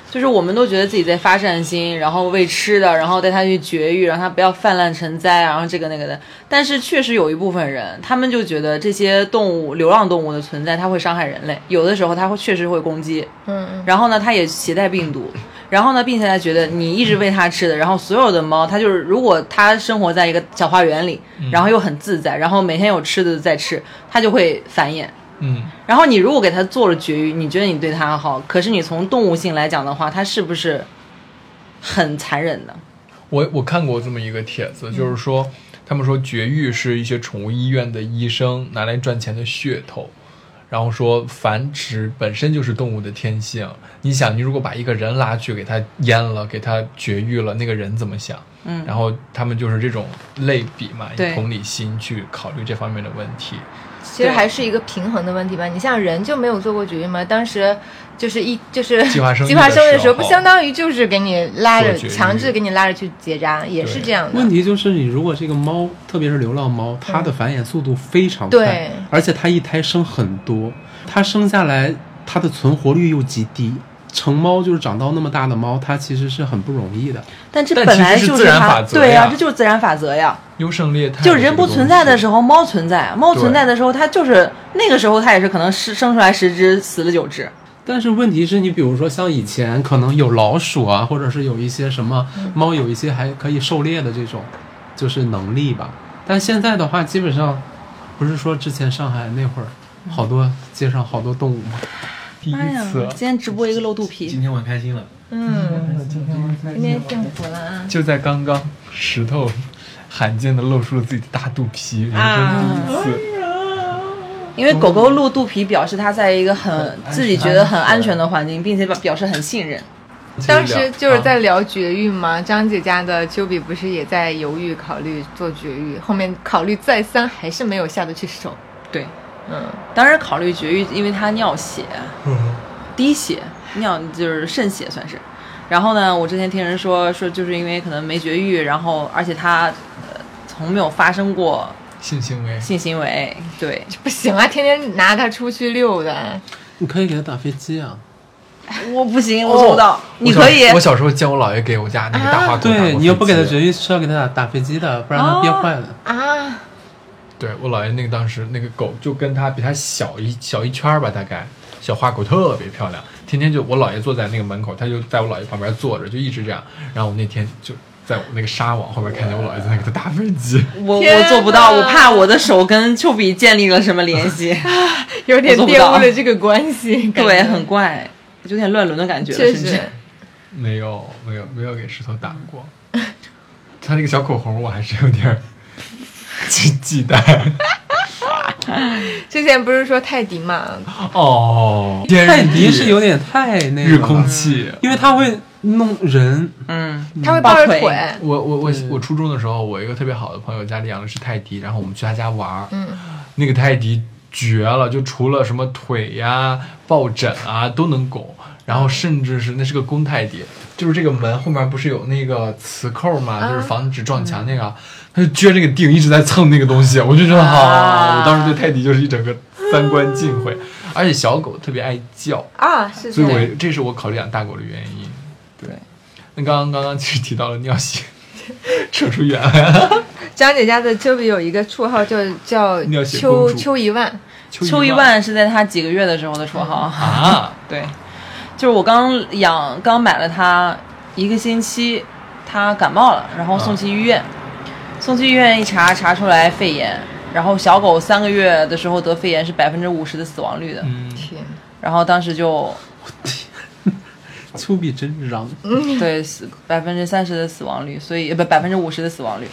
[SPEAKER 4] 就是我们都觉得自己在发善心，然后喂吃的，然后带它去绝育，让它不要泛滥成灾，然后这个那个的。但是确实有一部分人，他们就觉得这些动物、流浪动物的存在，它会伤害人类，有的时候它会确实会攻击，
[SPEAKER 3] 嗯嗯，
[SPEAKER 4] 然后呢，它也携带病毒。然后呢，并且他觉得你一直喂它吃的，然后所有的猫，它就是如果它生活在一个小花园里，然后又很自在，然后每天有吃的在吃，它就会繁衍。
[SPEAKER 2] 嗯，
[SPEAKER 4] 然后你如果给它做了绝育，你觉得你对它好，可是你从动物性来讲的话，它是不是很残忍的？
[SPEAKER 2] 我我看过这么一个帖子，就是说他们说绝育是一些宠物医院的医生拿来赚钱的噱头。然后说繁殖本身就是动物的天性，你想，你如果把一个人拉去给它阉了，给它绝育了，那个人怎么想？
[SPEAKER 4] 嗯，
[SPEAKER 2] 然后他们就是这种类比嘛，以
[SPEAKER 4] 对
[SPEAKER 2] 同理心去考虑这方面的问题。
[SPEAKER 3] 其实还是一个平衡的问题吧。你像人就没有做过绝育吗？当时就是一就是
[SPEAKER 2] 计划生育的
[SPEAKER 3] 计划生育的时
[SPEAKER 2] 时候
[SPEAKER 3] 候，不相当于就是给你拉着
[SPEAKER 2] 做绝育
[SPEAKER 3] 强制给你拉着去结扎，也是这样
[SPEAKER 5] 问
[SPEAKER 3] 的。
[SPEAKER 5] 题就是，你如果这个猫，特别是流浪猫，它的繁衍速度非常快，
[SPEAKER 3] 对
[SPEAKER 5] 而且它一胎生很多，它生下来它的存活率又极低。成猫就是长到那么大的猫，它其实是很不容易的。
[SPEAKER 4] 但这
[SPEAKER 2] 但
[SPEAKER 4] 本
[SPEAKER 2] 其实
[SPEAKER 4] 来
[SPEAKER 2] 是
[SPEAKER 4] 就
[SPEAKER 2] 自然
[SPEAKER 4] 它
[SPEAKER 2] 法则
[SPEAKER 4] 对啊
[SPEAKER 2] 呀
[SPEAKER 4] 这就是自然法
[SPEAKER 2] [LAUGHS]
[SPEAKER 4] 则呀。
[SPEAKER 2] 优胜劣汰，
[SPEAKER 4] 就人不存在的时
[SPEAKER 2] 候，
[SPEAKER 4] 候，猫存在；猫
[SPEAKER 2] 对
[SPEAKER 4] 存在的时候，它就是那个时候，它也是可能是生出来十只，死了九只。
[SPEAKER 5] 但是问题是你比如说像以前可能有老鼠啊，或者是有一些什么猫，有一些还可以狩猎的这种，就是能力吧。但现在的话，基本上不是说之前上海那会儿，好多街上好多动物吗？
[SPEAKER 2] 第一次，
[SPEAKER 4] 哎今天直播一个露肚皮
[SPEAKER 6] 今，天玩开心了，
[SPEAKER 3] 嗯，
[SPEAKER 2] 今天
[SPEAKER 3] 今天幸福了啊！
[SPEAKER 2] 就在刚刚，石头罕见的露出了自己的大肚皮，人
[SPEAKER 4] 啊
[SPEAKER 2] 生第一次。
[SPEAKER 4] 因为狗狗露肚皮表示它在一个很自己觉得很安全的环境，并且表表示很信任。
[SPEAKER 3] 当时就是
[SPEAKER 2] 啊
[SPEAKER 3] 在聊绝育嘛，
[SPEAKER 4] 嗯
[SPEAKER 3] 张姐家的丘比不是也在犹豫考虑做绝育，后面考虑再三还是没有下得去手。
[SPEAKER 4] 对，
[SPEAKER 3] 嗯，
[SPEAKER 4] 当时考虑绝育，因为它尿血，
[SPEAKER 2] 嗯
[SPEAKER 4] 低血，尿就是肾血算是。然后呢，我之前听人说说，就是因为可能没绝育，然后而且它呃从没有发生过
[SPEAKER 2] 性行为，
[SPEAKER 4] 性行为，对，
[SPEAKER 3] 不行啊，天天拿它出去溜
[SPEAKER 4] 啊
[SPEAKER 3] 达，
[SPEAKER 5] 你可以给它打飞机啊。
[SPEAKER 4] 我不行，我做不到，你
[SPEAKER 2] 我小
[SPEAKER 4] 可以
[SPEAKER 2] 哦
[SPEAKER 4] 啊
[SPEAKER 2] 我小时候见我姥爷给我家那个大花狗打过飞机、
[SPEAKER 5] 对你要不给它绝育，是要给它打打飞机的，不然它
[SPEAKER 4] 哦
[SPEAKER 5] 憋坏了。
[SPEAKER 3] 啊，
[SPEAKER 2] 对我姥爷那个当时那个狗就跟它比它小一小一圈儿吧，大概小花狗特别漂亮，天天就我姥爷坐在那个门口，它就在我姥爷旁边坐着，就一直这样。然后我那天就在我那个纱网后边看见我姥爷在那给它打飞机，
[SPEAKER 4] 我
[SPEAKER 3] 天
[SPEAKER 4] 我做不到，
[SPEAKER 3] 哪
[SPEAKER 4] 我怕我的手跟丘比建立了什么联
[SPEAKER 3] [LAUGHS]
[SPEAKER 4] 系，
[SPEAKER 3] 有点
[SPEAKER 4] 我做不
[SPEAKER 3] 玷
[SPEAKER 4] 到
[SPEAKER 3] 污了这个关系。感觉
[SPEAKER 4] 对，很怪，有点乱伦的感觉了，
[SPEAKER 3] 确
[SPEAKER 4] 甚至
[SPEAKER 3] 实。
[SPEAKER 2] 没有没有没有给石头打过。 [LAUGHS] 它那个小口红我还是有点
[SPEAKER 5] [LAUGHS]
[SPEAKER 2] 儿忌忌惮
[SPEAKER 3] 之前不是说泰迪嘛，
[SPEAKER 2] [LAUGHS] 哦。天
[SPEAKER 5] 泰
[SPEAKER 2] 日
[SPEAKER 5] 迪
[SPEAKER 2] 地
[SPEAKER 5] 是有点太那
[SPEAKER 2] 日
[SPEAKER 5] 个了
[SPEAKER 2] 空，气，
[SPEAKER 5] 因为它会弄人。
[SPEAKER 4] 嗯，
[SPEAKER 3] 它会
[SPEAKER 4] 抱
[SPEAKER 3] 抱着
[SPEAKER 4] 腿
[SPEAKER 3] 腿，
[SPEAKER 2] 我我我我初中的时候，我一个特别好的朋友家里养的是泰迪，然后我们去他家玩儿，
[SPEAKER 3] 嗯，
[SPEAKER 2] 那个泰迪绝了，就除了什么腿呀、抱枕啊都能拱，然后甚至是那是个公泰迪，就是这个门后面不是有那个磁扣嘛，就是防止撞墙那个，他就撅这个腚一直在蹭那个东西，我就觉得好，
[SPEAKER 4] 啊
[SPEAKER 2] 我当时对泰迪就是一整个三观尽毁，而且小狗特别爱叫，
[SPEAKER 3] 啊，是
[SPEAKER 2] 所以
[SPEAKER 3] 的，
[SPEAKER 2] 我这是我考虑养大狗的原因。
[SPEAKER 4] 对，
[SPEAKER 2] 那刚刚刚刚其实提到了尿血，扯出远来了。
[SPEAKER 3] 张姐家的丘比有一个绰号就叫
[SPEAKER 2] 尿血公
[SPEAKER 3] 丘
[SPEAKER 2] 主
[SPEAKER 3] 丘一万，
[SPEAKER 4] 邱一万是在他几个月的时候的绰号，
[SPEAKER 2] 啊，
[SPEAKER 4] 对，就是我刚养刚买了它一个星期，它感冒了，然后送去医院，送去医院一查查出来肺炎，然后小狗三个月的时候得肺炎是百分之五十的死亡率的，
[SPEAKER 2] 嗯，
[SPEAKER 3] 天，
[SPEAKER 4] 然后当时就
[SPEAKER 5] 丘比真
[SPEAKER 2] 哦
[SPEAKER 5] 嚷，
[SPEAKER 4] 对死百分之三十的死亡率，所以呃不百分之五十的死亡率。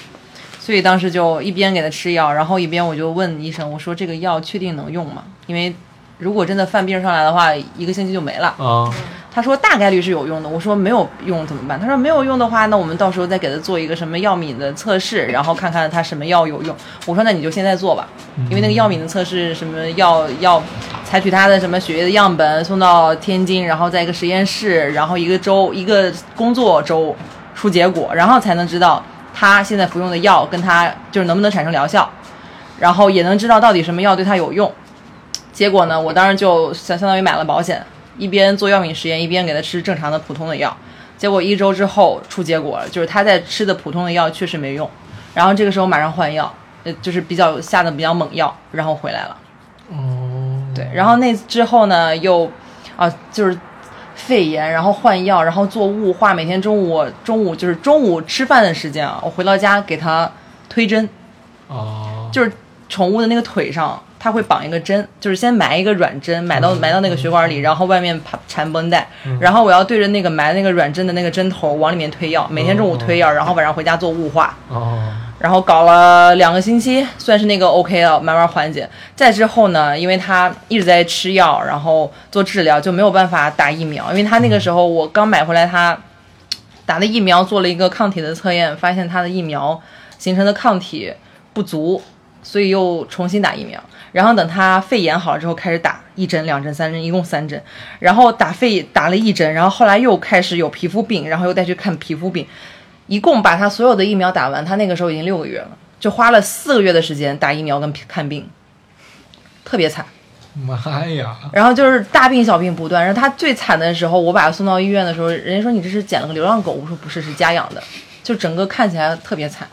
[SPEAKER 4] 所以当时就一边给它吃药，然后一边我就问医生，我说这个药确定能用吗？因为如果真的犯病上来的话，一个星期就没了。
[SPEAKER 2] 啊，
[SPEAKER 4] 他说大概率是有用的。我说没有用怎么办？他说没有用的话，那我们到时候再给他做一个什么药敏的测试，然后看看他什么药有用。我说那你就现在做吧，因为那个药敏的测试什么药要采取他的什么血液的样本送到天津，然后在一个实验室，然后一个周一个工作周出结果，然后才能知道他现在服用的药跟他就是能不能产生疗效，然后也能知道到底什么药对他有用。结果呢，我当时就相相当于买了保险，一边做药敏实验，一边给他吃正常的普通的药。结果一周之后出结果了，就是他在吃的普通的药确实没用，然后这个时候马上换药，呃，就是比较下的比较猛药，然后回来了。
[SPEAKER 2] 哦，
[SPEAKER 4] 对，然后那之后呢，又啊，就是肺炎，然后换药，然后做雾化，每天中午我中午就是中午吃饭的时间啊，我回到家给他推针，
[SPEAKER 2] 哦，
[SPEAKER 4] 就是宠物的那个腿上，它会绑一个针，就是先埋一个软针，埋到埋到那个血管里，然后外面爬缠绷带，然后我要对着那个埋那个软针的那个针头往里面推药，每天中午推药，然后晚上回家做雾化，
[SPEAKER 2] 哦，
[SPEAKER 4] 然后搞了两个星期，算是那个 OK 了，慢慢缓解。再之后呢，因为它一直在吃药，然后做治疗，就没有办法打疫苗，因为它那个时候我刚买回来它。打的疫苗做了一个抗体的测验，发现它的疫苗形成的抗体不足，所以又重新打疫苗。然后等它肺炎好了之后，开始打一针、两针、三针，一共三针。然后打肺打了一针，然后后来又开始有皮肤病，然后又带去看皮肤病，一共把它所有的疫苗打完，它那个时候已经六个月了，就花了四个月的时间打疫苗跟看病，特别惨。
[SPEAKER 2] 妈
[SPEAKER 5] 哎
[SPEAKER 2] 呀，
[SPEAKER 4] 然后就是大病小病不断。然后他最惨的时候，我把他送到医院的时候，人家说你这是捡了个流浪狗，我说不是，是家养的，就整个看起来特别惨。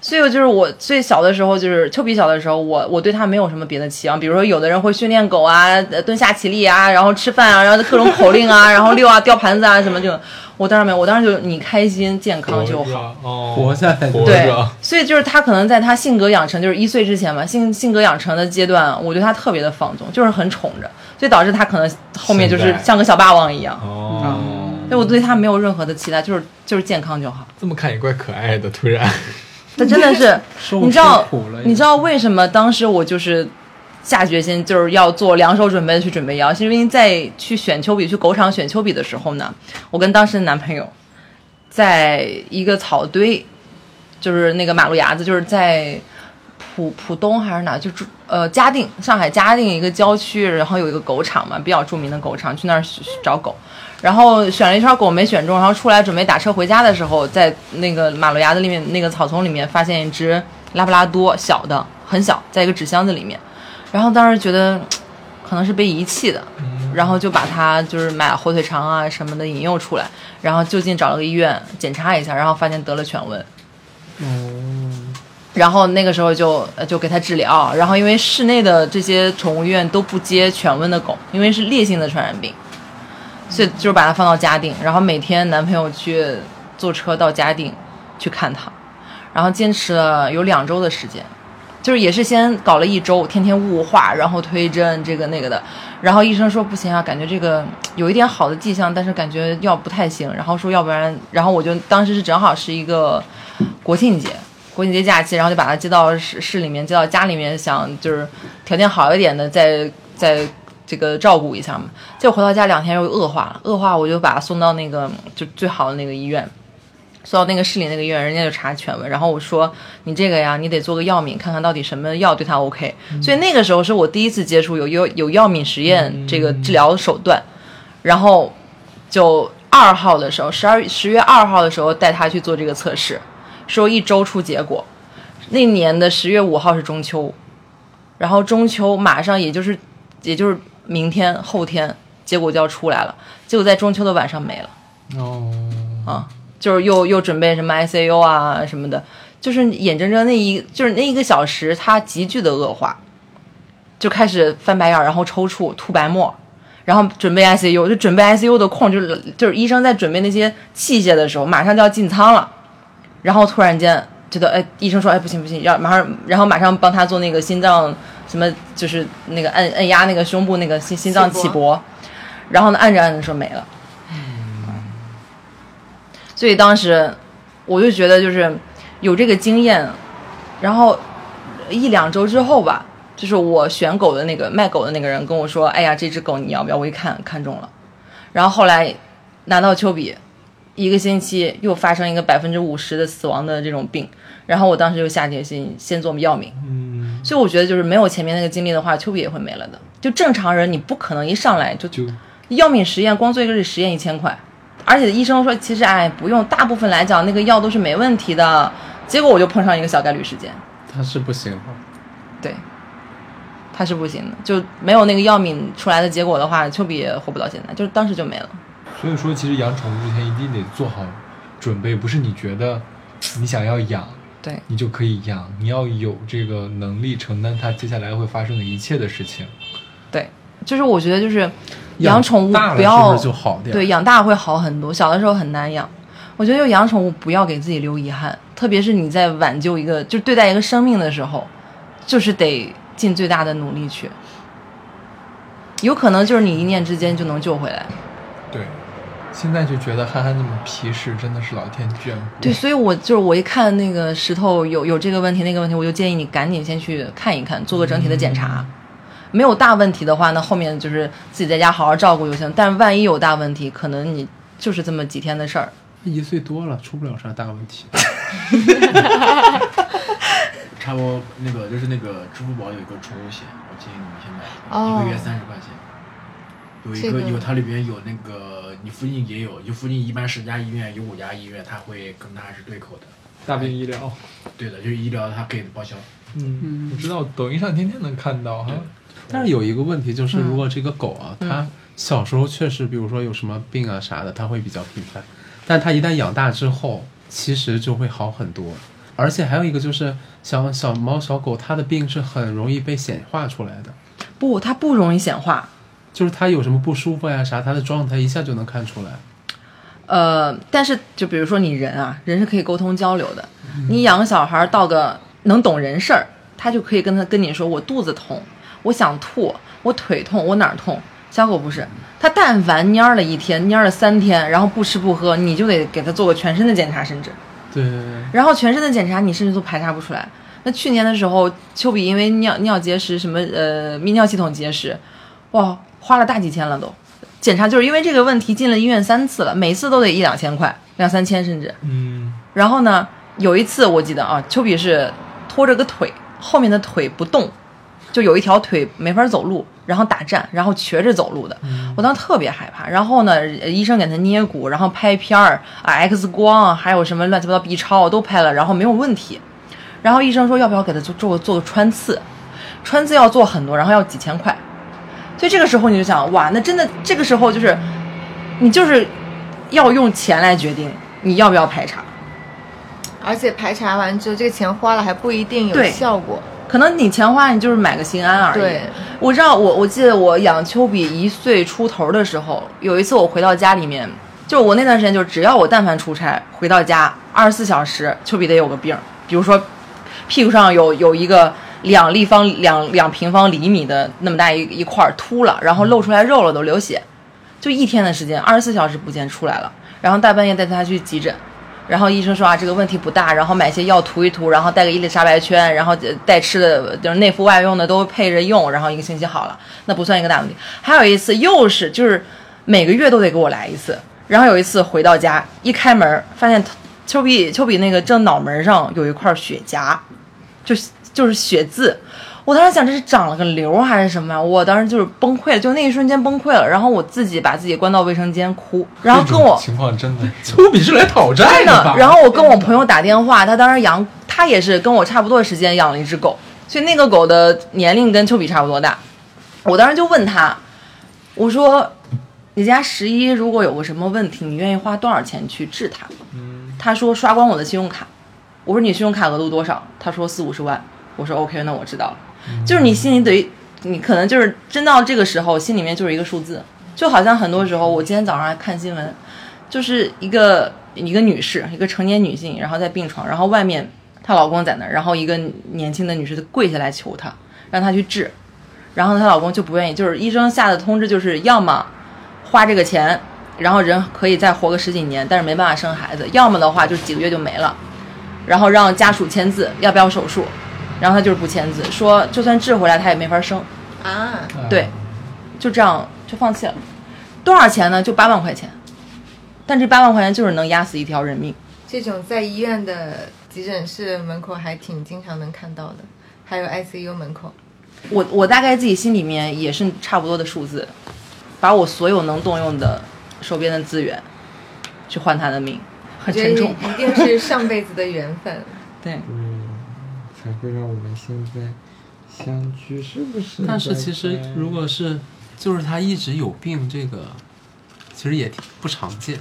[SPEAKER 4] 所以我就是我最小的时候，就是丘比小的时候，我我对它没有什么别的期望，比如说有的人会训练狗啊，呃蹲下起立啊，然后吃饭啊，然后各种口令啊，然后遛啊、掉盘子啊什么这种，我当然没有，我当时就你开心健康
[SPEAKER 2] 活
[SPEAKER 4] 就好。
[SPEAKER 2] 着，哦，
[SPEAKER 5] 活下来
[SPEAKER 2] 活
[SPEAKER 4] 对
[SPEAKER 2] 着，，
[SPEAKER 4] 所以就是他可能在他性格养成，就是一岁之前吧，性性格养成的阶段，我对他特别的放纵，就是很宠着，所以导致他可能后面就是
[SPEAKER 2] 现在
[SPEAKER 4] 像个小霸王一样。
[SPEAKER 2] 哦，
[SPEAKER 5] 嗯
[SPEAKER 4] 所以我对他没有任何的期待，就是就是健康就好。
[SPEAKER 2] 这么看也怪可爱的，突然，
[SPEAKER 4] 他真的是
[SPEAKER 5] 受，
[SPEAKER 4] 你知道
[SPEAKER 5] 受苦了，
[SPEAKER 4] 你知道为什么当时我就是下决心就是要做两手准备去准备腰，是因为在去选丘比去狗场选丘比的时候呢，我跟当时的男朋友在一个草堆，就是那个马路牙子，就是在。浦浦东还是哪？就住呃嘉定，上海嘉定一个郊区，然后有一个狗场嘛，比较著名的狗场，去那儿寻找狗，然后选了一圈狗没选中，然后出来准备打车回家的时候，在那个马路牙子里面那个草丛里面发现一只拉布拉多，小的很小，在一个纸箱子里面，然后当时觉得可能是被遗弃的，然后就把它就是买火腿肠啊什么的引诱出来，然后就近找了个医院检查一下，然后发现得了犬瘟。然后那个时候就呃就给它治疗，然后因为室内的这些宠物医院都不接犬瘟的狗，因为是烈性的传染病，所以就是把它放到嘉定，然后每天男朋友去坐车到嘉定去看它，然后坚持了有两周的时间，就是也是先搞了一周，天天雾化，然后推针这个那个的，然后医生说不行啊，感觉这个有一点好的迹象，但是感觉药不太行，然后说要不然，然后我就当时是正好是一个国庆节。国庆节假期，然后就把它接到市市里面，接到家里面，想就是条件好一点的再再这个照顾一下嘛。结果回到家两天又恶化了，恶化我就把它送到那个就最好的那个医院，送到那个市里那个医院，人家就查犬瘟。然后我说你这个呀，你得做个药敏，看看到底什么药对它 OK。所以那个时候是我第一次接触有有有药敏实验这个治疗手段，然后就二号的时候，十二十月二号的时候带它去做这个测试。说一周出结果。那年的十月五号是中秋，然后中秋马上也就是也就是明天后天，结果就要出来了。结果在中秋的晚上没了。
[SPEAKER 2] 哦，
[SPEAKER 4] 啊，就是又又准备什么 ICU 啊什么的，就是眼睁睁那一就是那一个小时，它急剧的恶化，就开始翻白眼儿，然后抽搐、吐白沫，然后准备 ICU，就准备 ICU 的空，就是就是医生在准备那些器械的时候，马上就要进舱了，然后突然间觉得哎，医生说哎不行不行，要马上然后马上帮他做那个心脏什么就是那个按按压那个胸部那个心心脏起搏，然后呢按着按着说没了。所以当时我就觉得就是有这个经验，然后一两周之后吧，就是我选狗的那个卖狗的那个人跟我说：“哎呀，这只狗你要不要？”我一看看中了，然后后来拿到丘比，一个星期又发生一个百分之五十的死亡的这种病，然后我当时就下决心先做药名。
[SPEAKER 2] 嗯，
[SPEAKER 4] 所以我觉得就是没有前面那个经历的话，丘比也会没了的。就正常人你不可能一上来就
[SPEAKER 2] 就
[SPEAKER 4] 药敏实验光做一个实验一千块，而且医生说其实哎不用，大部分来讲那个药都是没问题的。结果我就碰上一个小概率事件，
[SPEAKER 5] 他是不行的，
[SPEAKER 4] 对，它是不行的，就没有那个药敏出来的结果的话，丘比也活不到现在，就是当时就没了。
[SPEAKER 2] 所以说其实养宠物之前一定得做好准备，不是你觉得你想要养，
[SPEAKER 4] 对，
[SPEAKER 2] 你就可以养，你要有这个能力承担它接下来会发生的一切的事情。
[SPEAKER 4] 对，就是我觉得就是
[SPEAKER 5] 养
[SPEAKER 4] 养宠物
[SPEAKER 5] 大了
[SPEAKER 4] 不要
[SPEAKER 5] 是不是就好点儿
[SPEAKER 4] 对，养啊大会好很多，小的时候很难养。我觉得就养宠物不要给自己留遗憾，特别是你在挽救一个，就是对待一个生命的时候，就是得尽最大的努力去。有可能就是你一念之间就能救回来。
[SPEAKER 2] 对，现在就觉得憨憨这么皮实，真的是老天眷顾。
[SPEAKER 4] 对，所以我就是我一看那个石头有有这个问题那个问题，我就建议你赶紧先去看一看，做个整体的检查。没有大问题的话，那后面就是自己在家好好照顾就行。但万一有大问题，可能你就是这么几天的事儿。
[SPEAKER 5] 一岁多了，出不了啥大问题。
[SPEAKER 2] 嗯
[SPEAKER 6] 差不多那个就是那个支付宝有一个宠物险，我建议你们先买，
[SPEAKER 3] 哦
[SPEAKER 6] 一个月三十块钱。有一
[SPEAKER 3] 这
[SPEAKER 6] 个
[SPEAKER 3] 个
[SPEAKER 6] 有它里边有那个你附近也有，就附近一般十家医院有五家医院，它会跟它是对口的。
[SPEAKER 2] 大病医疗，
[SPEAKER 6] 对的，就是医疗它可以报销。
[SPEAKER 2] 嗯，我知道，抖音上天天能看到哈。
[SPEAKER 5] 但是有一个问题
[SPEAKER 4] 嗯
[SPEAKER 5] 就是，如果这个狗啊，它小时候确实，比如说有什么病啊啥的，它会比较频繁，但它一旦养大之后，其实就会好很多。而且还有一个就是，小小猫小狗，它的病是很容易被显化出来的，
[SPEAKER 4] 不，它不容易显化。
[SPEAKER 5] 就是它有什么不舒服呀、啥，它的状态一下就能看出来。
[SPEAKER 4] 呃，但是就比如说你人啊，人是可以沟通交流的。你养个小孩儿到个能懂人事儿，他就可以跟他跟你说，我肚子痛，我想吐，我腿痛，我哪儿痛。小狗不是，它但凡蔫儿了一天，蔫儿了三天，然后不吃不喝，你就得给它做个全身的检查，甚至
[SPEAKER 5] 对对对，
[SPEAKER 4] 然后全身的检查你甚至都排查不出来。那去年的时候，丘比因为尿尿结石什么呃泌尿系统结石，哇，花了大几千了都。检查就是因为这个问题进了医院三次了，每次都得一两千块，两三千甚至。
[SPEAKER 5] 嗯，
[SPEAKER 4] 然后呢，有一次我记得啊，丘比是拖着个腿，后面的腿不动，就有一条腿没法走路，然后打颤，然后瘸着走路的。我当时特别害怕。然后呢，呃医生给他捏骨，然后拍片儿啊、X 光啊，还有什么乱七八糟 B 超都拍了，然后没有问题。然后医生说要不要给他做做做个穿刺，穿刺要做很多，然后要几千块。所以这个时候你就想，哇，那真的这个时候就是，你就是要用钱来决定你要不要排查。
[SPEAKER 3] 而且排查完之后，这个钱花了还不一定有
[SPEAKER 4] 对
[SPEAKER 3] 效果。
[SPEAKER 4] 可能你钱花，你就是买个心
[SPEAKER 2] 哎
[SPEAKER 4] 安而已。
[SPEAKER 3] 对，
[SPEAKER 4] 我知道，我我记得我养丘比一岁出头的时候，有一次我回到家里面，就我那段时间，就只要我但凡出差回到家，二十四小时丘比得有个病儿，比如说屁股上有有一个两立方两两平方厘米的那么大一一块儿秃了，然后露出来肉了，都流血，就一天的时间，二十四小时不见出来了，然后大半夜带他去急诊。然后医生说啊，这个问题不大，然后买些药涂一涂，然后带个伊丽莎白圈，然后呃带吃的就是内服外用的都配着用，然后一个星期好了，那不算一个大问题。还有一次又是就是每个月都得给我来一次，然后有一次回到家一开门发现丘比丘比那个正脑门上有一块血痂，就是就是血渍。我当时想这是长了个瘤还是什么呀、我当时就是崩溃了，就那一瞬间崩溃了，然后我自己把自己关到卫生间哭，然后跟我
[SPEAKER 2] 这种情况真的是
[SPEAKER 5] 丘比是来讨债
[SPEAKER 4] 真的
[SPEAKER 5] 吧？。
[SPEAKER 4] 然后我跟我朋友打电话，他当时养，他也是跟我差不多的时间养了一只狗，所以那个狗的年龄跟丘比差不多大。我当时就问他，我说：“你家十一如果有个什么问题，你愿意花多少钱去治它？”他说：“刷光我的信用卡。”我说：“你信用卡额度多少？”他说：“四五十万。”我说：“OK，那我知道了。”就是你心里对于你可能就是真到这个时候，心里面就是一个数字，就好像很多时候，我今天早上还看新闻，就是一个一个女士，一个成年女性，然后在病床，然后外面她老公在那儿，然后一个年轻的女士就跪下来求她，让她去治，然后她老公就不愿意，就是医生下的通知就是要么花这个钱，然后人可以再活个十几年，但是没办法生孩子，要么的话就几个月就没了，然后让家属签字要不要手术，然后她就是不签字，说就算治回来她也没法生，
[SPEAKER 3] 啊，
[SPEAKER 4] 对，就这样就放弃了。多少钱呢？就八万块钱，但这八万块钱就是能压死一条人命。
[SPEAKER 3] 这种在医院的急诊室门口还挺经常能看到的，还有 ICU 门口。
[SPEAKER 4] 我我大概自己心里面也是差不多的数字，把我所有能动用的手边的资源去换他的命，
[SPEAKER 3] 我
[SPEAKER 4] 很
[SPEAKER 3] 觉得
[SPEAKER 4] 沉
[SPEAKER 3] 一
[SPEAKER 4] 重。
[SPEAKER 3] 一定是上辈子的缘分。
[SPEAKER 4] 对，
[SPEAKER 7] 才会让我们现在相聚，是不是？
[SPEAKER 5] 但是其实如果是就是他一直有病，这个其实也挺不常见。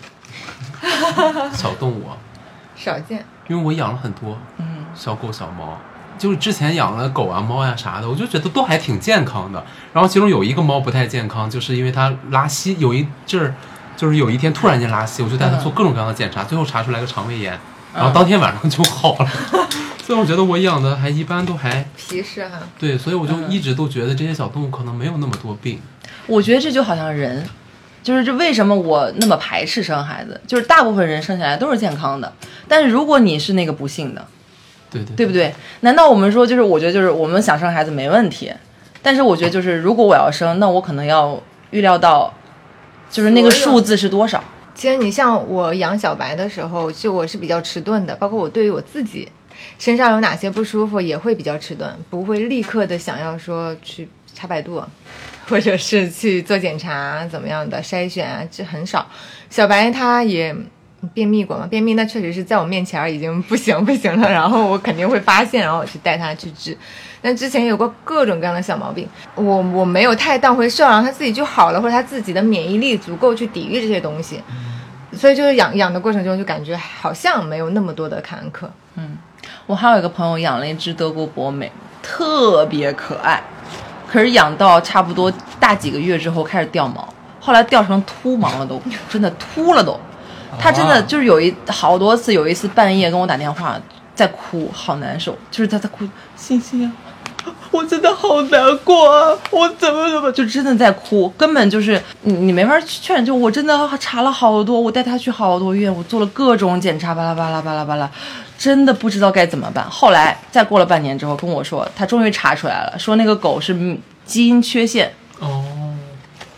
[SPEAKER 5] 小动物啊，
[SPEAKER 3] 少见，
[SPEAKER 5] 因为我养了很多
[SPEAKER 4] 嗯，
[SPEAKER 5] 小狗、小猫，就是之前养了狗啊、猫呀、啥的，我就觉得都还挺健康的。然后其中有一个猫不太健康，就是因为它拉稀，有一阵儿就是有一天突然间拉稀，我就带它做各种各样的检查，最后查出来个肠胃炎，然后当天晚上就好了。 [LAUGHS] 所以我觉得我养的还一般，都还
[SPEAKER 3] 皮实哈。
[SPEAKER 5] 对，所以我就一直都觉得这些小动物可能没有那么多病。
[SPEAKER 4] 我觉得这就好像人，就是这为什么我那么排斥生孩子，就是大部分人生下来都是健康的，但是如果你是那个不幸的，
[SPEAKER 5] 对对
[SPEAKER 4] 对不对？难道我们说就是我觉得就是我们想生孩子没问题，但是我觉得就是如果我要生，那我可能要预料到，就是那个
[SPEAKER 3] 所有
[SPEAKER 4] 数字是多少。
[SPEAKER 3] 其实你像我养小白的时候，就我是比较迟钝的，包括我对于我自己身上有哪些不舒服也会比较迟钝，不会立刻的想要说去查百度，啊或者是去做检查啊怎么样的筛选啊，这很少。小白他也。便秘过嘛？便秘那确实是在我面前儿已经不行不行了，然后我肯定会发现，然后我去带他去治。但之前有过各种各样的小毛病，我我没有太当回事儿，啊然后他自己就好了，或者他自己的免疫力足够去抵御这些东西，所以就是养养的过程中就感觉好像没有那么多的坎坷。
[SPEAKER 4] 我还有一个朋友养了一只德国博美，特别可爱，可是养到差不多大几个月之后开始掉毛，后来掉成秃毛了都，真的秃了都。他真的就是有一好多次，有一次半夜跟我打电话在哭，好难受，就是他在哭，欣欣啊，我我真的好难过啊，我怎么怎么就真的在哭，根本就是你你没法去劝，就我真的查了好多，我带他去好多医院，我做了各种检查，巴拉巴拉巴拉巴拉，真的不知道该怎么办。后来再过了半年之后跟我说，他终于查出来了，说那个狗是基因缺陷，
[SPEAKER 2] 哦，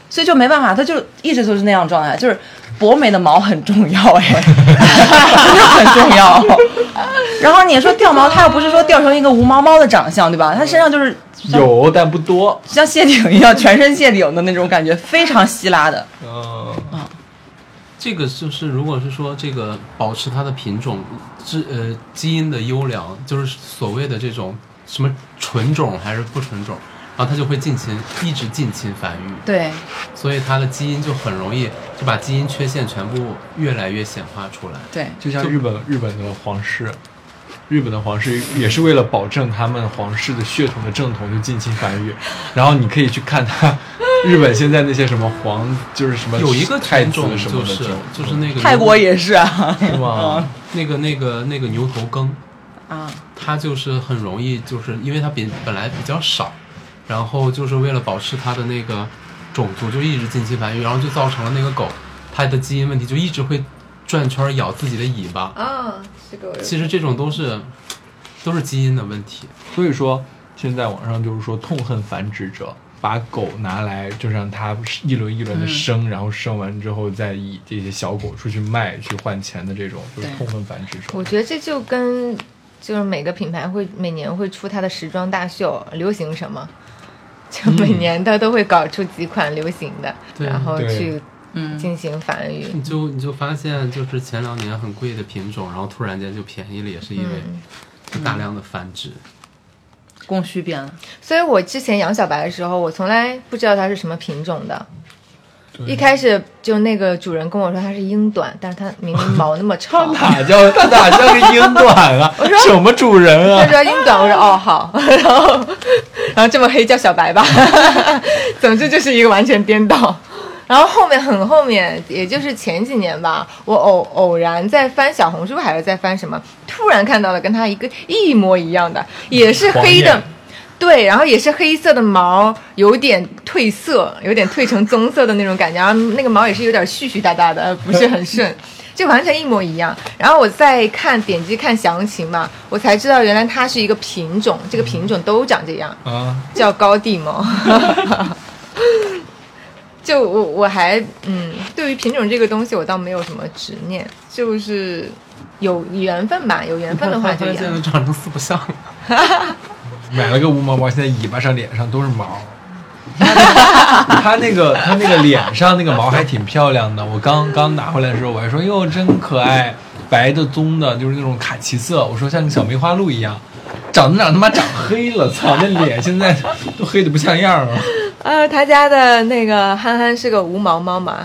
[SPEAKER 4] 所以就没办法，它就一直都是那样状态，就是博美的毛很重要 [LAUGHS] 哎，真的很重要。 [LAUGHS] 然后你说掉毛，它又不是说掉成一个无毛猫的长相，对吧？它身上就是
[SPEAKER 2] 有但不多。
[SPEAKER 4] 像谢顶一样，全身谢顶的那种感觉，非常稀拉的。
[SPEAKER 7] 哦
[SPEAKER 2] 嗯，
[SPEAKER 5] 这个就是，如果是说这个保持它的品种之呃基因的优良，就是所谓的这种什么纯种还是不纯种，然后它就会近亲一直近亲繁育，
[SPEAKER 3] 对，
[SPEAKER 5] 所以它的基因就很容易就把基因缺陷全部越来越显化出来。
[SPEAKER 4] 对，
[SPEAKER 2] 就像日本日本的皇室，日本的皇室也是为了保证他们皇室的血统的正统，就近亲繁育。然后你可以去看
[SPEAKER 5] [LAUGHS]
[SPEAKER 2] 他，日本现在那些什么皇，就是什么
[SPEAKER 5] 有一个
[SPEAKER 2] 太
[SPEAKER 5] 品
[SPEAKER 2] 子
[SPEAKER 5] 种
[SPEAKER 2] 什么
[SPEAKER 5] 就
[SPEAKER 2] 的
[SPEAKER 5] 是
[SPEAKER 2] 种，
[SPEAKER 5] 就是那个
[SPEAKER 4] 泰国也是啊
[SPEAKER 2] 是吗？
[SPEAKER 5] 那个那个那个牛头梗。
[SPEAKER 4] 啊，
[SPEAKER 5] 它就是很容易，就是因为它比本来比较少，然后就是为了保持它的那个种族，就一直近亲繁育，然后就造成了那个狗它的基因问题，就一直会转圈儿咬自己的尾巴。
[SPEAKER 3] 啊，这个我有
[SPEAKER 5] 其实这种都是都是基因的问题。
[SPEAKER 2] [LAUGHS] 所以说，现在网上就是说痛恨繁殖者，把狗拿来就让它一轮一轮的
[SPEAKER 5] 嗯
[SPEAKER 2] 生，然后生完之后再以这些小狗出去卖去换钱的这种，就是
[SPEAKER 4] 对
[SPEAKER 2] 痛恨繁殖者。
[SPEAKER 3] 我觉得这就跟就是每个品牌会每年会出它的时装大秀，流行什么，
[SPEAKER 5] 嗯
[SPEAKER 3] 就每年它都会搞出几款流行的，
[SPEAKER 5] 对
[SPEAKER 3] 然后
[SPEAKER 2] 对
[SPEAKER 3] 去
[SPEAKER 4] 嗯，
[SPEAKER 3] 进行繁育。
[SPEAKER 5] 你就你就发现，就是前两年很贵的品种，然后突然间就便宜了，也是因为
[SPEAKER 3] 嗯
[SPEAKER 5] 就大量的繁殖。
[SPEAKER 4] 供需变了，
[SPEAKER 3] 所以我之前养小白的时候，我从来不知道它是什么品种的。
[SPEAKER 2] 对
[SPEAKER 3] 一开始就那个主人跟我说它是英短，但是它明明毛那么长。
[SPEAKER 5] [LAUGHS]
[SPEAKER 2] 哪叫它哪像个英短啊？什么主
[SPEAKER 5] [LAUGHS]
[SPEAKER 2] 人
[SPEAKER 3] 他
[SPEAKER 2] 啊？
[SPEAKER 3] 说英短，我说哦好， [LAUGHS] 然后然后这么黑叫小白吧， [LAUGHS] 总之就是一个完全颠倒。然后后面很后面，也就是前几年吧，我偶偶然在翻小红书还是在翻什么，突然看到了跟他一个一模一样的，也是黑
[SPEAKER 2] 黄
[SPEAKER 3] 的
[SPEAKER 2] 眼，
[SPEAKER 3] 对，然后也是黑色的毛，有点褪色，有点褪成棕色的那种感觉，然后那个毛也是有点絮絮哒哒的，不是很顺。就完全一模一样。然后我再看点击看详情嘛，我才知道原来它是一个品种，这个品种都长这样，
[SPEAKER 2] 啊，
[SPEAKER 3] 叫高地猫。
[SPEAKER 2] [LAUGHS]
[SPEAKER 3] 就我我还嗯，对于品种这个东西，我倒没有什么执念，就是有缘分吧，有缘分的话
[SPEAKER 5] 突
[SPEAKER 3] 就
[SPEAKER 5] 然
[SPEAKER 3] 养
[SPEAKER 5] 间。就长成四不像了。
[SPEAKER 2] 买了个无毛猫，现在尾巴上、脸上都是毛。它那个它那个脸上那个毛还挺漂亮的，我刚刚拿回来的时候，我还说哟真可爱，白的棕的，就是那种卡其色，我说像个小梅花鹿一样，长着长着他妈长黑了，操，那脸现在都黑的不像样了，
[SPEAKER 3] 呃，他家的那个憨憨是个无毛猫嘛，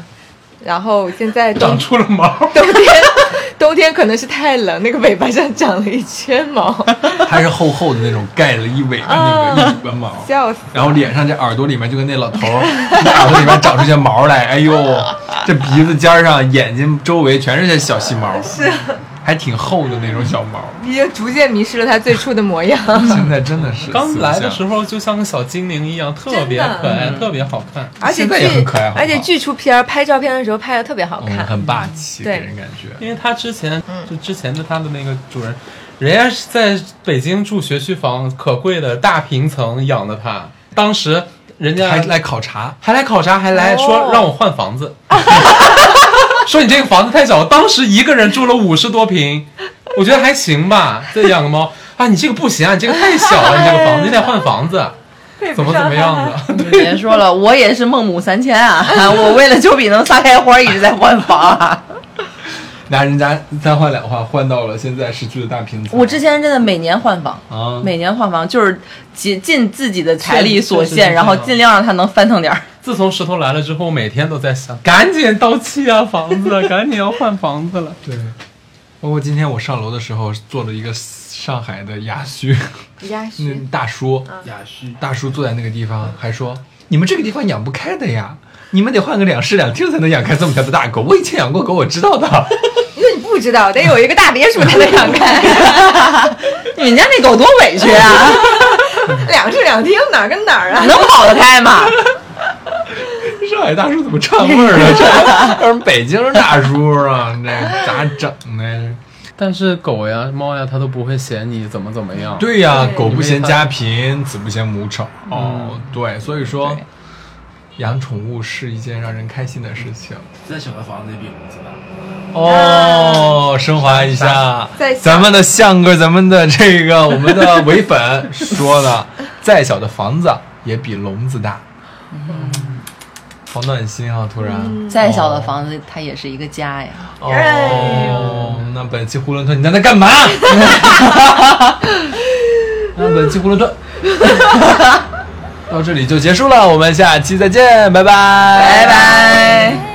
[SPEAKER 3] 然后现在冬
[SPEAKER 2] 长出了毛，
[SPEAKER 3] 冬天 [LAUGHS] 冬天可能是太冷，那个尾巴上长了一圈毛。
[SPEAKER 2] 还是厚厚的那种盖了一尾巴那个一尾巴毛。
[SPEAKER 3] 笑死！
[SPEAKER 2] 然后脸上这耳朵里面就跟那老头儿 [LAUGHS] 那耳朵里面长出些毛来，哎呦，这鼻子尖儿上、眼睛周围全是些小细毛，是，还挺厚的那种小毛。
[SPEAKER 3] 已经逐渐迷失了它最初的模样。
[SPEAKER 2] [LAUGHS] 现在真的是
[SPEAKER 5] 刚来的时
[SPEAKER 2] 候，
[SPEAKER 5] 候就像个小精灵一样，特别可
[SPEAKER 2] 嗯
[SPEAKER 5] 爱，特别好看。
[SPEAKER 3] 而且
[SPEAKER 2] 现在
[SPEAKER 3] 剧
[SPEAKER 2] 也很可爱好不好
[SPEAKER 3] 而且剧出片儿拍照片的时候拍的特别好
[SPEAKER 2] 嗯，
[SPEAKER 3] 看。
[SPEAKER 2] 很霸气，给
[SPEAKER 3] 对
[SPEAKER 2] 人感觉。
[SPEAKER 5] 因为他之前
[SPEAKER 2] 嗯
[SPEAKER 5] 就之前的他的那个主人，人家是在北京住学区房，可贵的大平层养的他。当时人家
[SPEAKER 2] 还来考察，
[SPEAKER 5] 还来考察，还来
[SPEAKER 3] 哦
[SPEAKER 5] 说让我换房子， [LAUGHS] 说你这个房子太小。我当时一个人住了五十多平，我觉得还行吧，再养个猫啊，你这个不行啊，你这个太小了，你这个房子你得换房子，怎
[SPEAKER 3] 啊
[SPEAKER 5] 么怎
[SPEAKER 3] [LAUGHS]
[SPEAKER 5] 么样的。
[SPEAKER 4] 你别说了，我也是孟母三迁 [LAUGHS] 啊，我为了丘比能撒开花一直在换房啊。
[SPEAKER 2] 拿人家三换两换，换到了现在市区的大平层。
[SPEAKER 4] [LAUGHS] 我之前真的每年换房，
[SPEAKER 2] 啊，
[SPEAKER 4] 每年换房就是尽尽自己的财力所
[SPEAKER 5] 确实是这
[SPEAKER 4] 限，
[SPEAKER 5] 样
[SPEAKER 4] 然后尽量让它能翻腾 [LAUGHS] 点儿。
[SPEAKER 5] 自从石头来了之后，我每天都在想，赶紧到期啊，房子，赶紧要换房子了。
[SPEAKER 2] 对，包括今天我上楼的时候做了一个上海的牙须，
[SPEAKER 3] 鸭
[SPEAKER 2] 那
[SPEAKER 3] 须，
[SPEAKER 2] 嗯大叔，
[SPEAKER 6] 雅旭
[SPEAKER 2] 大叔坐在那个地方，还说：“你们这个地方养不开的呀，你们得换个两室两厅才能养开这么条的大狗。我以前养过狗，我知道的。 [LAUGHS]
[SPEAKER 3] 那你不知道，得有
[SPEAKER 2] [LAUGHS]
[SPEAKER 3] 一个大别墅才能养开。
[SPEAKER 4] [LAUGHS] 你们家那狗多委屈啊！
[SPEAKER 3] 两室两厅哪儿跟哪儿啊？
[SPEAKER 4] 能跑得开吗？
[SPEAKER 2] 上海大叔怎么串味儿呢？这要是北京大叔啊，这咋整呢？
[SPEAKER 5] [LAUGHS] 但是狗呀、猫呀，它都不会嫌你怎么怎么样。，
[SPEAKER 2] 对呀、
[SPEAKER 3] 对
[SPEAKER 2] 狗不嫌家贫，子不嫌母丑。哦，对，所以说
[SPEAKER 4] 对
[SPEAKER 2] 养宠物是一件让人开心的事情。
[SPEAKER 6] 在小的房子里比笼子大。
[SPEAKER 2] 哦，升华一下
[SPEAKER 3] 再，小
[SPEAKER 2] 咱们的相哥，咱们的这个 [LAUGHS] 我们的唯粉说的，再小的房子也比笼子大。好暖心啊！突然，
[SPEAKER 4] 再小的房子，它也是一个家呀。
[SPEAKER 2] 哦，那本期囫囵吞，你在那干嘛？ [LAUGHS] 那本期囫囵吞 [LAUGHS] 到这里就结束了，我们下期再见，拜拜，
[SPEAKER 4] 拜拜。